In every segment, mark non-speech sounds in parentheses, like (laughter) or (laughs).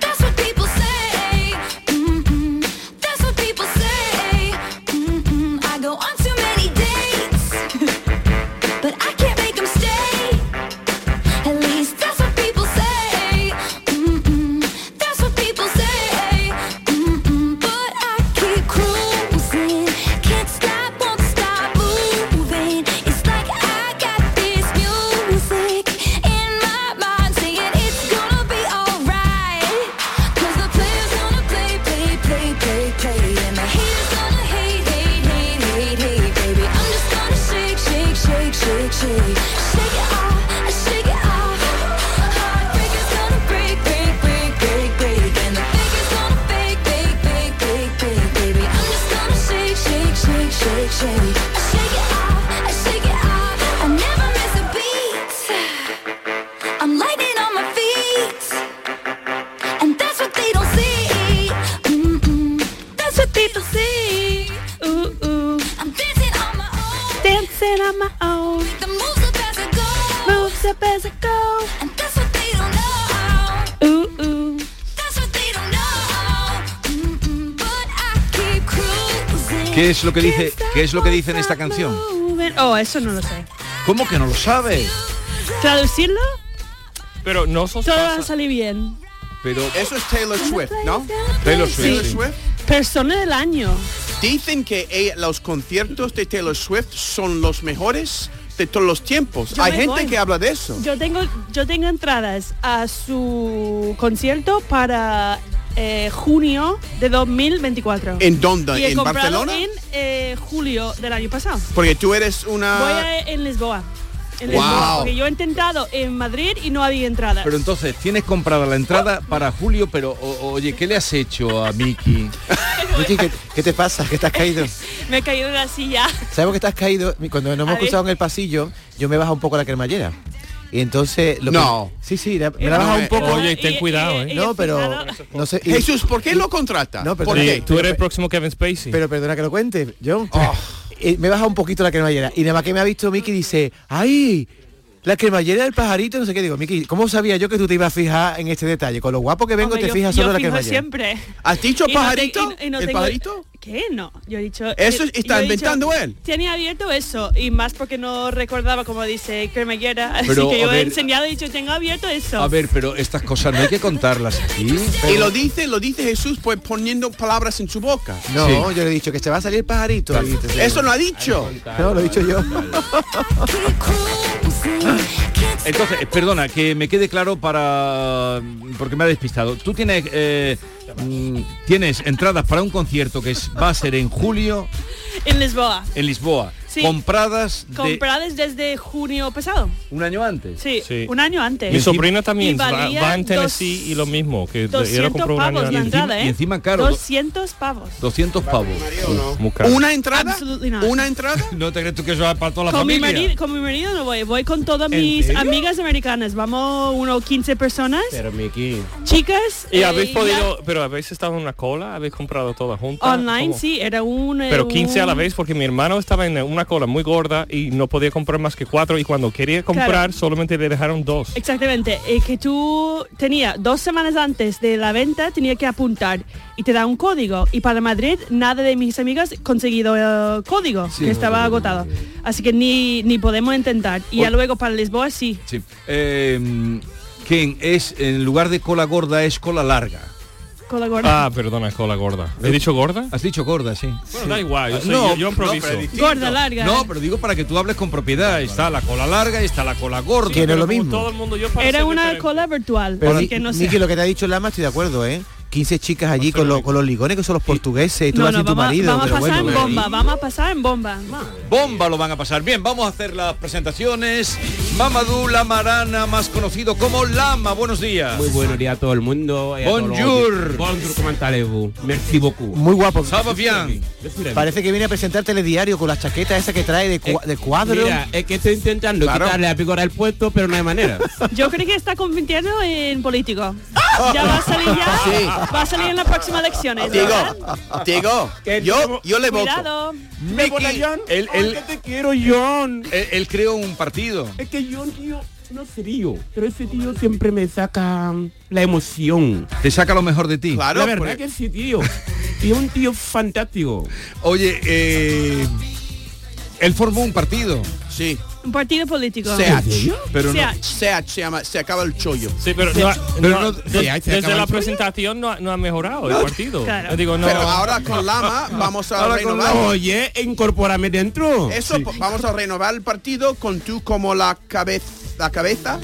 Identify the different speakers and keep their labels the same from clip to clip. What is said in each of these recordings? Speaker 1: That's what people say. Mm-mm. That's what people say. Mm-mm. I go on too many dates, (laughs) but I can't make them stay. At least that's what people say. Mm-mm. That's what people say. Mm-mm. But I keep cruising, can't stop, won't stop moving. It's like I got this music in my mind saying it's gonna be alright. Cause the player's gonna play, play, play, play, play. And the hater's gonna hate, hate, hate, hate, hate, baby. I'm just gonna shake, shake, shake, shake, shake. Shake it off, shake it off. Heartbreaker's gonna break, break, break, break, break. And the faker's gonna fake, fake, fake, fake, fake, baby. I'm just gonna shake, shake, shake, shake, shake. Shake it off, shake it off. I never miss a beat. I'm lightning on my feet. And that's what they don't see. Mm-mm. That's what they don't see. Ooh, ooh. I'm dancing on my own. Dancing on my own. Make the moves up as I go. Moves up as I go. And that's what they don't know. Ooh, ooh. That's what they don't know. Mm-mm. But I keep cruising.
Speaker 2: ¿Qué es lo que dice? ¿Qué es lo que dice en esta canción?
Speaker 3: Uber- Oh, eso no lo sé.
Speaker 2: ¿Cómo que no lo sabe?
Speaker 3: ¿Traducirlo?
Speaker 4: Pero no sos
Speaker 3: Todo va a salir bien.
Speaker 2: Pero
Speaker 5: Eso es Taylor Swift, ¿no?
Speaker 2: Taylor Swift,
Speaker 5: Taylor
Speaker 2: sí.
Speaker 5: Swift.
Speaker 3: Persona del año.
Speaker 5: Dicen que eh, los conciertos de Taylor Swift son los mejores de todos los tiempos.
Speaker 3: Yo
Speaker 5: Hay
Speaker 3: me
Speaker 5: gente
Speaker 3: voy.
Speaker 5: que habla de eso.
Speaker 3: Yo tengo, yo tengo entradas a su concierto para eh, junio de 2024.
Speaker 5: ¿En dónde?
Speaker 3: Y he
Speaker 5: ¿En
Speaker 3: comprado
Speaker 5: Barcelona?
Speaker 3: en eh, julio del año pasado.
Speaker 5: Porque tú eres una...
Speaker 3: Voy a- en Lisboa. En
Speaker 5: Ah. Wow.
Speaker 3: Lisboa, porque yo he intentado en Madrid y no había entradas.
Speaker 2: Pero entonces, tienes comprada la entrada para julio, pero o- oye, ¿qué le has hecho
Speaker 3: (laughs)
Speaker 2: a Miki?
Speaker 6: Miki, ¿qué, qué te pasa? ¿Qué te has caído?
Speaker 3: Me he caído de la silla.
Speaker 6: ¿Sabes por qué te has caído? Cuando nos
Speaker 3: A ver.
Speaker 6: hemos cruzado en el pasillo, yo me he bajado un poco la cremallera. Y entonces... Lo
Speaker 5: No.
Speaker 6: que- Sí, sí, la- me la he bajado
Speaker 3: eh,
Speaker 6: un poco.
Speaker 4: Oye, ten cuidado, ¿eh?
Speaker 6: No, pero... No sé... y-
Speaker 5: Jesús, ¿por qué lo contrata?
Speaker 6: No,
Speaker 5: ¿Por
Speaker 6: perdón.
Speaker 4: Sí,
Speaker 5: qué? Oh.
Speaker 4: tú eres el próximo Kevin Spacey.
Speaker 6: Pero perdona que lo cuente, John. (laughs) Eh, me baja un poquito la cremallera. Y nada más que me ha visto Miki dice, ¡ay! La cremallera del pajarito, no sé qué digo, Miki, ¿cómo sabía yo que tú te ibas a fijar en este detalle? Con lo guapo que vengo
Speaker 3: Hombre,
Speaker 6: te
Speaker 3: yo-
Speaker 6: fijas
Speaker 3: yo
Speaker 6: solo en la
Speaker 3: fijo
Speaker 6: cremallera.
Speaker 3: siempre.
Speaker 5: ¿Has dicho
Speaker 3: (laughs) Y no te-
Speaker 5: pajarito?
Speaker 3: y no- y no
Speaker 5: ¿El
Speaker 3: tengo-
Speaker 5: pajarito?
Speaker 3: ¿Qué? No, yo he dicho...
Speaker 5: Eso
Speaker 3: yo-
Speaker 5: está
Speaker 3: yo he
Speaker 5: inventando él.
Speaker 3: Tenía abierto eso, y más porque no recordaba, como dice cremallera,
Speaker 2: Pero,
Speaker 3: (laughs) así que yo
Speaker 2: a
Speaker 3: he
Speaker 2: ver-
Speaker 3: enseñado y he dicho, tengo abierto eso.
Speaker 2: A ver, pero estas cosas no hay que contarlas aquí.
Speaker 5: Y lo dice, lo dice Jesús pues poniendo palabras en su boca.
Speaker 6: No,
Speaker 2: Sí.
Speaker 6: yo le he dicho que se va a salir el pajarito. y te-
Speaker 5: Eso no ha dicho.
Speaker 6: No, lo he dicho yo.
Speaker 2: Entonces, eh, perdona, que me quede claro para... porque me ha despistado. Tú tienes... eh, mm, tienes entradas para un concierto que es- va a ser en julio
Speaker 3: En Lisboa.
Speaker 2: en Lisboa.
Speaker 3: Sí.
Speaker 2: Compradas de
Speaker 3: Compradas desde junio pasado.
Speaker 2: un año antes.
Speaker 3: Sí,
Speaker 4: Sí.
Speaker 3: un año
Speaker 4: Mi
Speaker 3: antes.
Speaker 4: sobrina también
Speaker 3: Y
Speaker 4: va,
Speaker 3: valía
Speaker 4: va en Tennessee
Speaker 3: dos-
Speaker 4: y lo mismo, que ella lo
Speaker 3: 200
Speaker 4: compró un año
Speaker 3: pavos la
Speaker 4: antes.
Speaker 2: encima-
Speaker 3: entrada, ¿eh?
Speaker 2: y encima caro,
Speaker 3: 200 pavos.
Speaker 2: 200 pavos.
Speaker 4: Muy caro.
Speaker 5: ¿Una entrada?
Speaker 3: Absolutely not.
Speaker 5: ¿Una entrada?
Speaker 2: (laughs) ¿No te crees tú que eso es para toda la
Speaker 3: Ah, Con mi,
Speaker 2: familia?
Speaker 3: marido, con mi marido no voy, voy con todas mis
Speaker 2: serio?
Speaker 3: amigas americanas. Vamos unos 15 personas,
Speaker 6: Pero Miki.
Speaker 3: chicas.
Speaker 4: Y
Speaker 3: eh,
Speaker 4: habéis
Speaker 3: ya
Speaker 4: podido, pero habéis estado en una cola, habéis comprado todas juntas.
Speaker 3: Online,
Speaker 4: ¿Cómo?
Speaker 3: sí, era un... eh,
Speaker 4: Pero 15 a la
Speaker 3: un-
Speaker 4: vez porque mi hermano estaba en una cola muy gorda y no podía comprar más que cuatro y cuando quería comprar
Speaker 3: Claro.
Speaker 4: solamente le dejaron dos.
Speaker 3: Exactamente, eh, que tú tenía dos semanas antes de la venta, tenía que apuntar y te da un código. Y para Madrid, nada de mis amigas conseguido el código, que estaba agotado. Así que ni, ni podemos intentar. Y ya
Speaker 2: Oye.
Speaker 3: luego para Lisboa, sí.
Speaker 2: Sí. Eh, que es en lugar de cola gorda es cola larga.
Speaker 3: Con la gorda.
Speaker 4: Ah, perdona, cola gorda. ¿He dicho gorda?
Speaker 2: Has dicho gorda, sí. Ah,
Speaker 4: Bueno, da igual, yo, soy-
Speaker 2: No,
Speaker 4: yo- yo improviso.
Speaker 5: pero distinto.
Speaker 3: gorda, larga. eh.
Speaker 2: No, pero digo para que tú hables con propiedad. Está la cola larga y está la cola gorda.
Speaker 6: Que no es lo
Speaker 4: Como
Speaker 6: mismo.
Speaker 4: todo el mundo, yo para
Speaker 3: Era
Speaker 4: ser
Speaker 3: una
Speaker 4: diferente.
Speaker 3: cola virtual,
Speaker 6: Pero
Speaker 3: así
Speaker 6: Mi-
Speaker 3: que no sé.
Speaker 6: Miki, lo que te ha dicho Lama, estoy de acuerdo, ¿eh? 15 chicas allí con, los- con los ligones que son los portugueses y tú
Speaker 3: No,
Speaker 6: vas
Speaker 3: no,
Speaker 6: sin tu
Speaker 3: vamos, a-
Speaker 6: marido.
Speaker 3: vamos a
Speaker 6: pero
Speaker 3: pasar
Speaker 6: bueno.
Speaker 3: en bomba, vamos a pasar en bomba.
Speaker 2: Bomba lo van a pasar. Bien, vamos a hacer las presentaciones. Mamadou Lamarana, más conocido como Lama. Buenos días.
Speaker 7: Muy buenos
Speaker 5: (laughs)
Speaker 7: días a todo el mundo. eh, a todos los
Speaker 2: Bonjour.
Speaker 7: oyentes. Bonjour, ¿cómo estáis? Merci beaucoup.
Speaker 6: Muy guapo.
Speaker 2: Ça va bien.
Speaker 6: Parece que viene a presentar telediario con la chaqueta esa que trae de, cua- de cuadro.
Speaker 7: Eh, Mira, es que estoy intentando
Speaker 5: Claro.
Speaker 7: quitarle a Picora el puesto, pero no hay manera.
Speaker 3: Yo creo que está convirtiendo en político. Ya va a salir ya, va a salir en las próximas elecciones. ¿verdad?
Speaker 5: Digo, digo,
Speaker 7: Que
Speaker 5: yo,
Speaker 7: tenemos-
Speaker 5: yo le voto.
Speaker 3: Cuidado.
Speaker 7: Me
Speaker 2: Mickey, él, él-
Speaker 7: te quiero, John.
Speaker 2: él- él creó un partido.
Speaker 7: Es que John, tío, no sé tío, pero ese tío siempre me saca la emoción.
Speaker 2: Te saca lo mejor de ti.
Speaker 5: Claro, pues.
Speaker 7: la verdad
Speaker 5: porque-
Speaker 7: que sí, tío. Y es un tío fantástico.
Speaker 2: Oye, eh, él formó un partido.
Speaker 5: sí.
Speaker 3: Un partido político.
Speaker 5: Seach.
Speaker 2: Pero no-
Speaker 3: Sea,
Speaker 5: Seach se llama, se acaba el chollo.
Speaker 4: Sí, pero, no ha- no ha-
Speaker 2: no-
Speaker 4: de-
Speaker 7: sí, ahí se acaba
Speaker 4: desde
Speaker 7: el
Speaker 4: la
Speaker 7: chollo.
Speaker 4: presentación no ha, no ha mejorado el partido.
Speaker 3: Claro.
Speaker 4: Yo digo, no,
Speaker 5: Pero ahora con Lama vamos a
Speaker 2: Ahora con
Speaker 5: renovar.
Speaker 7: Oye, incorpórame dentro.
Speaker 5: Eso po- vamos a renovar el partido con tú como la cabeza, la cabeza,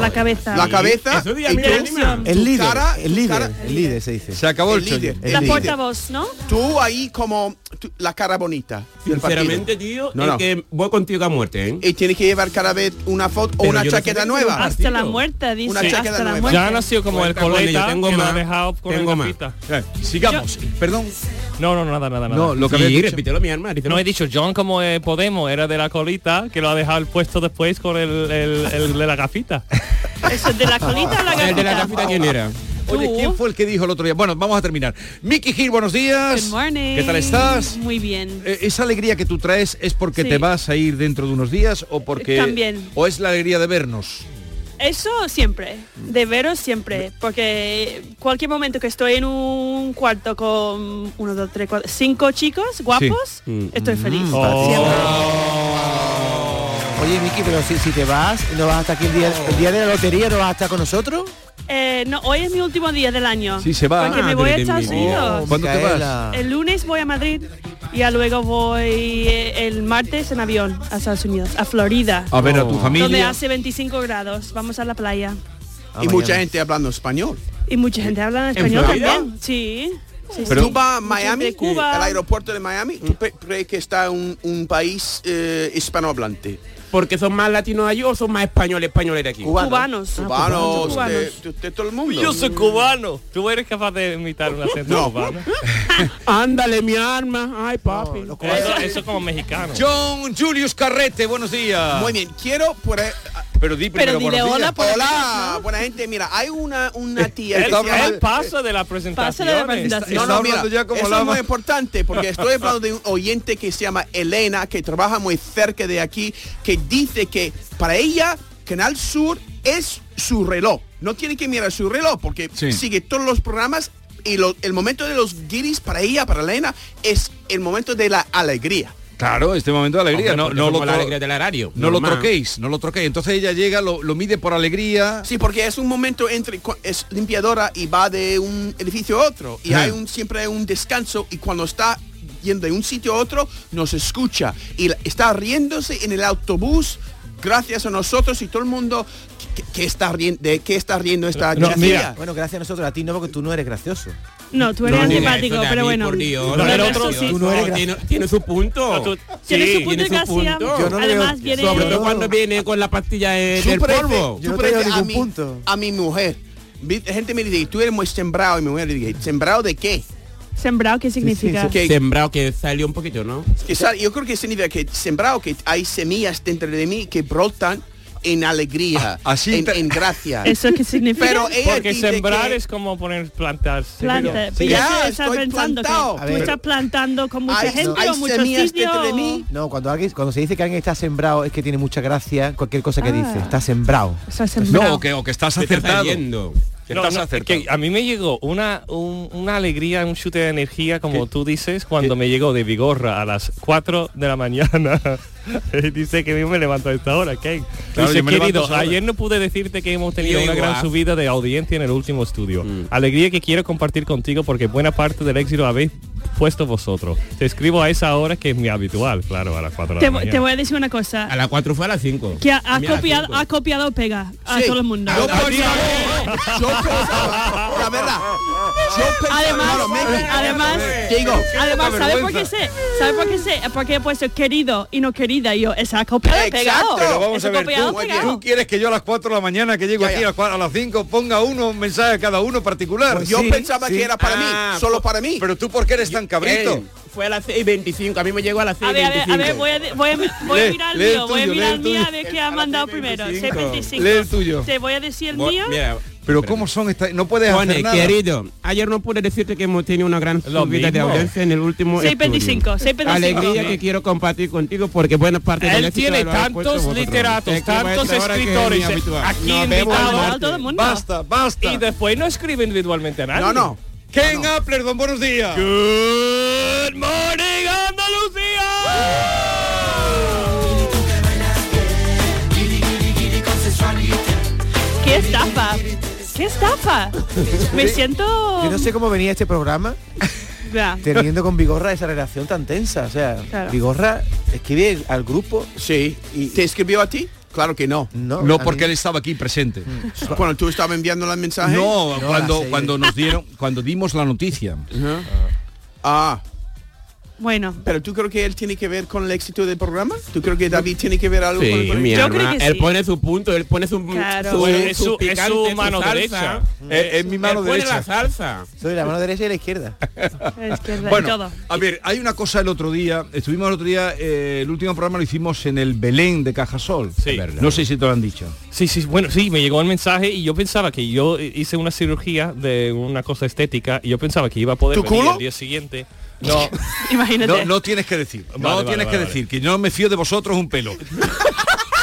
Speaker 3: la
Speaker 2: Ah,
Speaker 3: cabeza.
Speaker 5: la cabeza
Speaker 7: Eso ya
Speaker 5: y
Speaker 7: me
Speaker 5: tú-
Speaker 3: anima.
Speaker 6: El
Speaker 5: tu
Speaker 6: líder,
Speaker 5: cara-
Speaker 6: el
Speaker 5: tu
Speaker 6: líder,
Speaker 5: cara-
Speaker 6: el líder se dice.
Speaker 2: se acabó el,
Speaker 5: El
Speaker 2: chollo.
Speaker 5: líder.
Speaker 3: La
Speaker 5: líder.
Speaker 3: portavoz, ¿no?
Speaker 5: tú ahí como tú- la cara bonita. del partido.
Speaker 7: Sinceramente, tío,
Speaker 5: No,
Speaker 7: es
Speaker 5: no.
Speaker 7: que voy contigo a muerte, ¿eh?
Speaker 5: Y tienes que llevar cada vez una foto o
Speaker 7: Pero
Speaker 5: una
Speaker 7: yo no sé de
Speaker 5: chaqueta
Speaker 7: qué
Speaker 5: nueva.
Speaker 7: vas.
Speaker 3: Hasta la
Speaker 7: Partido.
Speaker 3: muerte,
Speaker 5: Una
Speaker 3: dice.
Speaker 5: chaqueta
Speaker 3: Hasta la
Speaker 5: nueva.
Speaker 3: muerte.
Speaker 4: ya ha nacido como el
Speaker 7: Cuenta con ello,
Speaker 4: coleta
Speaker 7: tengo
Speaker 4: que lo ha
Speaker 7: más,
Speaker 4: dejado con
Speaker 7: tengo
Speaker 4: la
Speaker 7: más.
Speaker 4: pista.
Speaker 2: Eh, Sigamos. Perdón.
Speaker 4: No, no, nada, nada, nada.
Speaker 2: No, lo que
Speaker 7: Sí,
Speaker 2: había dicho.
Speaker 7: repítelo, mi hermano.
Speaker 4: No he dicho John como eh, Podemos, era de la colita que lo ha dejado el puesto después con el, el- el de
Speaker 5: (laughs)
Speaker 4: la gafita.
Speaker 3: Eso, de la colita a la
Speaker 7: El de la
Speaker 3: gafita.
Speaker 7: cafita, ¿quién era?
Speaker 2: Oye,
Speaker 3: Tú.
Speaker 2: ¿quién fue el que dijo el otro día? Bueno, vamos a terminar. Mickey Gil, buenos días.
Speaker 3: Good morning.
Speaker 2: ¿Qué tal estás?
Speaker 3: Muy bien.
Speaker 2: Eh, ¿Esa alegría que tú traes es porque
Speaker 3: Sí.
Speaker 2: te vas a ir dentro de unos días o porque
Speaker 3: También.
Speaker 2: o es la alegría de vernos?
Speaker 3: Eso siempre, de veros siempre, porque cualquier momento que estoy en un cuarto con uno, dos, tres, cuatro, cinco chicos guapos,
Speaker 7: Mm.
Speaker 3: estoy feliz.
Speaker 6: Oh. Oye, Miki, pero si, si te vas, ¿no vas hasta aquí el día, el día de la lotería? ¿No vas hasta con nosotros?
Speaker 3: Eh, no, hoy es mi último día del año.
Speaker 2: Sí, se va. Ah,
Speaker 3: Porque
Speaker 7: Madre
Speaker 3: me voy a
Speaker 7: de
Speaker 3: Estados
Speaker 7: mi vida.
Speaker 3: Unidos.
Speaker 2: ¿Cuándo te
Speaker 6: Micaela.
Speaker 3: El lunes voy a Madrid y ya luego voy eh, el martes en avión a Estados Unidos, a Florida, Oh.
Speaker 2: A ver a tu
Speaker 3: donde
Speaker 2: familia.
Speaker 3: hace 25 grados. Vamos a la playa.
Speaker 5: y
Speaker 6: Ah, mañana.
Speaker 5: mucha gente hablando español.
Speaker 3: Y mucha gente habla en español
Speaker 7: Florida?
Speaker 3: también. Sí. sí,
Speaker 2: Pero-
Speaker 3: sí.
Speaker 5: tú vas a
Speaker 3: Muchos de
Speaker 5: Miami,
Speaker 3: Cuba.
Speaker 5: el aeropuerto de Miami, ¿tú pe- crees que está un, un país eh, hispanohablante?
Speaker 7: Porque son más latinos allí o son más españoles españoles de aquí.
Speaker 3: Cubanos.
Speaker 5: Cubanos,
Speaker 3: cubanos.
Speaker 5: de, de- de todo el mundo.
Speaker 4: cubano. ¿Tú eres capaz de imitar un acento
Speaker 5: No. (laughs)
Speaker 4: cubano?
Speaker 7: Ándale, mi arma. Ay, papi.
Speaker 4: Eso, eso es como mexicano.
Speaker 2: John Julius Carrete, buenos días.
Speaker 5: Muy bien, quiero por eh,
Speaker 2: Pero di
Speaker 3: Pero
Speaker 2: Ah. primero
Speaker 3: dile
Speaker 2: buenos
Speaker 3: hola,
Speaker 2: días.
Speaker 3: por
Speaker 5: Hola, buena gente, mira, hay una, una
Speaker 4: (laughs)
Speaker 5: tía que
Speaker 4: El,
Speaker 5: se llama-
Speaker 4: el paso de la
Speaker 3: Pasa
Speaker 4: presentación.
Speaker 3: de la presentación.
Speaker 5: No,
Speaker 2: Está
Speaker 5: no, mira,
Speaker 2: hablando ya como
Speaker 5: eso
Speaker 2: la
Speaker 5: es muy
Speaker 2: ama.
Speaker 5: importante
Speaker 2: (laughs)
Speaker 5: porque estoy hablando de un oyente que se llama Elena, que trabaja muy cerca de aquí, que dice que para ella Canal Sur es su reloj. No tiene que mirar su reloj porque
Speaker 2: Sí.
Speaker 5: sigue todos los programas y lo- el momento de los guiris para ella, para Elena, es el momento de la alegría.
Speaker 2: Claro, este momento de alegría, no, no lo
Speaker 7: la
Speaker 2: tro-
Speaker 7: alegría del horario.
Speaker 2: no lo
Speaker 7: normal.
Speaker 2: troquéis, no lo troquéis. Entonces ella llega, lo, lo mide por alegría.
Speaker 5: Sí, porque es un momento entre cu- es limpiadora y va de un edificio a otro y
Speaker 2: Ah.
Speaker 5: hay un siempre hay un descanso y cuando está yendo de un sitio a otro nos escucha y la- está riéndose en el autobús gracias a nosotros y todo el mundo que, que está riendo de qué está riendo esta
Speaker 4: No,
Speaker 5: chica?
Speaker 4: mira.
Speaker 6: Bueno, Ah, gracias a nosotros, a ti no, porque tú no eres gracioso.
Speaker 3: No, tú
Speaker 7: No,
Speaker 3: eres
Speaker 7: diga
Speaker 3: antipático,
Speaker 7: eso de
Speaker 3: pero
Speaker 7: mí,
Speaker 3: bueno.
Speaker 7: por Dios.
Speaker 3: Pero
Speaker 4: No, el
Speaker 3: eso
Speaker 4: otro,
Speaker 3: sí.
Speaker 7: Tú no eres tiene, tiene su punto.
Speaker 4: No, tú-
Speaker 3: Tiene
Speaker 4: sí,
Speaker 3: su punto de
Speaker 7: tiene su
Speaker 3: gracia.
Speaker 7: punto.
Speaker 6: Yo no le veo-
Speaker 3: Además viene
Speaker 7: Sobre todo
Speaker 6: Pero-
Speaker 7: cuando viene con la pastilla de- del
Speaker 5: Tú parece-
Speaker 7: polvo.
Speaker 5: tú
Speaker 6: Yo no
Speaker 5: parece
Speaker 6: tengo
Speaker 5: a
Speaker 6: ningún
Speaker 5: mi,
Speaker 6: punto.
Speaker 5: a mi mujer Vi- gente me dice tú eres muy sembrado y mi mujer le dije sembrado de qué
Speaker 3: sembrado, ¿qué significa?
Speaker 5: sí. que-
Speaker 7: Sembrado que salió un poquito, ¿no?
Speaker 5: Que sal- yo creo que significa que sembrado, que hay semillas dentro de mí que brotan en alegría,
Speaker 2: Ah, así
Speaker 5: en,
Speaker 2: te-
Speaker 5: en gracia.
Speaker 3: (laughs) ¿Eso qué significa?
Speaker 5: Pero ella
Speaker 4: Porque
Speaker 5: dice
Speaker 4: sembrar
Speaker 5: que-
Speaker 4: es como poner plantas.
Speaker 3: Planta, pues
Speaker 5: Ya,
Speaker 3: ya, te estás
Speaker 5: estoy
Speaker 3: pensando que
Speaker 5: plantado.
Speaker 3: tú
Speaker 6: A ver.
Speaker 3: estás plantando con mucha
Speaker 5: Hay-
Speaker 3: gente
Speaker 5: hay
Speaker 3: o muchos
Speaker 5: semillas
Speaker 3: sitios.
Speaker 5: dentro de mí.
Speaker 6: No, cuando alguien, cuando se dice que alguien está sembrado es que tiene mucha gracia cualquier cosa que
Speaker 3: Ah.
Speaker 6: dice. Está sembrado.
Speaker 3: O sea,
Speaker 2: No,
Speaker 3: sembrado.
Speaker 2: o que, o que estás
Speaker 7: Se está
Speaker 2: acertado.
Speaker 7: cayendo.
Speaker 4: No,
Speaker 2: Estás
Speaker 4: no, es
Speaker 2: acertado.
Speaker 4: que a mí me llegó una, un- una alegría, un chute de energía, como tú dices, cuando me llegó de Vigorra a las 4 de la mañana. (laughs) Él Dice que yo me levanto a esta hora, Ken.
Speaker 2: Claro,
Speaker 4: Dice,
Speaker 2: yo me levanto
Speaker 4: querido,
Speaker 2: a esa hora".
Speaker 4: ayer no pude decirte que hemos tenido
Speaker 7: Yo
Speaker 4: una gran
Speaker 6: "Ah".
Speaker 7: igual.
Speaker 4: subida de audiencia en el último estudio. Alegría que quiero compartir contigo porque buena parte del éxito habéis puesto vosotros. Te escribo a esa hora que es mi habitual, claro, a las 4 de
Speaker 3: Te,
Speaker 4: la
Speaker 3: voy-
Speaker 4: mañana.
Speaker 3: te voy a decir una cosa.
Speaker 7: A las 4 fue a las 5.
Speaker 3: Que ha, ha copiado, ha copiado pega a
Speaker 5: Sí.
Speaker 3: todo el mundo.
Speaker 5: Yo pensaba, yo pensaba, la verdad,
Speaker 3: Además,
Speaker 5: claro, me-
Speaker 3: además,
Speaker 5: Digo,
Speaker 3: además,
Speaker 5: qué
Speaker 3: ¿sabe por qué
Speaker 5: vergüenza.
Speaker 3: sé? ¿Sabe por qué sé? Porque he puesto querido y no querida. Y yo, esa copiado y pegado.
Speaker 5: Exacto.
Speaker 2: Pero vamos
Speaker 3: Ese
Speaker 2: a ver,
Speaker 3: copiado
Speaker 2: tú,
Speaker 3: y
Speaker 5: muy
Speaker 3: pegado.
Speaker 2: tú quieres que yo a las 4 de la mañana que llego
Speaker 5: Ya,
Speaker 2: aquí
Speaker 5: ya.
Speaker 2: a las cua- a las 5 ponga uno un mensaje a cada uno particular.
Speaker 6: Pues
Speaker 5: Yo
Speaker 6: Sí,
Speaker 5: pensaba
Speaker 6: sí.
Speaker 5: que era para
Speaker 7: Ah,
Speaker 5: mí, solo para mí.
Speaker 2: pues,
Speaker 5: eh,
Speaker 2: Pero tú por qué eres tan cabrito.
Speaker 7: Ey, fue a las 6.25, a mí me llegó a las 6.25.
Speaker 3: A ver, a ver, a ver, voy a, voy a, voy a
Speaker 2: Lee,
Speaker 3: mirar el
Speaker 2: lee el
Speaker 3: mío, voy a
Speaker 2: tuyo,
Speaker 3: mirar
Speaker 2: lee
Speaker 3: el
Speaker 2: el
Speaker 3: mío a
Speaker 2: tuyo.
Speaker 3: ver qué ha mandado primero. 625.
Speaker 2: Lee el tuyo.
Speaker 3: Te voy a decir el
Speaker 7: Voy-
Speaker 3: mío.
Speaker 7: mira,
Speaker 2: Pero cómo son estas. No puedes hacer
Speaker 7: Pone,
Speaker 2: nada.
Speaker 7: querido, ayer no pude decirte que hemos tenido una gran
Speaker 4: Lo
Speaker 7: subida de
Speaker 4: mismo.
Speaker 7: audiencia en el último
Speaker 3: 6.25,
Speaker 7: estudio.
Speaker 3: 6.25.
Speaker 7: Alegría que quiero compartir contigo porque buena parte del
Speaker 4: Él
Speaker 7: éxito
Speaker 4: tiene
Speaker 7: lo habéis puesto
Speaker 4: tantos
Speaker 7: vosotros.
Speaker 4: literatos,
Speaker 7: Es que va a
Speaker 4: tantos
Speaker 7: esta hora que es
Speaker 4: escritores eh,
Speaker 7: muy habitual.
Speaker 4: aquí
Speaker 7: Nos vemos el
Speaker 3: Ah,
Speaker 4: invitados
Speaker 3: todo el mundo.
Speaker 2: Basta, basta.
Speaker 4: y después no escribe individualmente a nadie.
Speaker 5: No, no.
Speaker 2: Ken Appler, don buenos días.
Speaker 4: Good morning Andalucía.
Speaker 3: ¡Qué estafa! ¡Qué estafa! Me siento...
Speaker 6: Yo no sé cómo venía este programa
Speaker 3: Ya.
Speaker 6: teniendo con Vigorra esa relación tan tensa. O sea,
Speaker 3: Claro.
Speaker 6: Vigorra escribe al grupo.
Speaker 5: Sí. ¿Y ¿Te escribió a ti? Claro que no. Mm.
Speaker 6: No,
Speaker 2: No,
Speaker 6: a
Speaker 2: porque él
Speaker 6: mí-
Speaker 2: estaba aquí presente.
Speaker 5: Cuando tú estabas enviando los mensajes.
Speaker 2: No,
Speaker 6: No, las
Speaker 2: cuando,
Speaker 6: seis.
Speaker 2: cuando nos dieron, cuando dimos la noticia.
Speaker 5: Ajá. Ah,
Speaker 3: Bueno,
Speaker 5: pero tú crees que él tiene que ver con el éxito del programa? ¿Tú crees que David tiene que ver algo con el
Speaker 7: Sí,
Speaker 5: programa?
Speaker 7: mi
Speaker 3: Yo
Speaker 7: arma.
Speaker 3: creo que
Speaker 7: Él
Speaker 3: sí.
Speaker 7: pone su punto, él pone su,
Speaker 3: Claro.
Speaker 7: su,
Speaker 4: Bueno, es su- es
Speaker 7: picante,
Speaker 4: su mano
Speaker 7: salsa.
Speaker 4: derecha.
Speaker 6: Mm.
Speaker 2: Eh, es mi
Speaker 7: Él
Speaker 2: mano
Speaker 7: pone
Speaker 2: derecha.
Speaker 7: la salsa.
Speaker 6: Soy la mano derecha y la izquierda.
Speaker 3: es que es de
Speaker 2: Bueno,
Speaker 3: todo.
Speaker 2: a ver, hay una cosa el otro día, estuvimos el otro día, eh, el último programa lo hicimos en el Belén de Cajasol.
Speaker 4: Sí.
Speaker 2: No sé si te lo han dicho.
Speaker 4: Sí, sí, bueno, sí, me llegó el mensaje y yo pensaba que yo hice una cirugía de una cosa estética y yo pensaba que iba a poder
Speaker 5: ¿Tu
Speaker 4: venir
Speaker 5: culo?
Speaker 4: el día siguiente. (laughs) No,
Speaker 3: Imagínate.
Speaker 2: No, no tienes que decir, no
Speaker 4: Vale, vale,
Speaker 2: tienes
Speaker 4: vale,
Speaker 2: que
Speaker 4: vale.
Speaker 2: decir, que yo no me fío de vosotros
Speaker 4: (laughs)
Speaker 2: un pelo.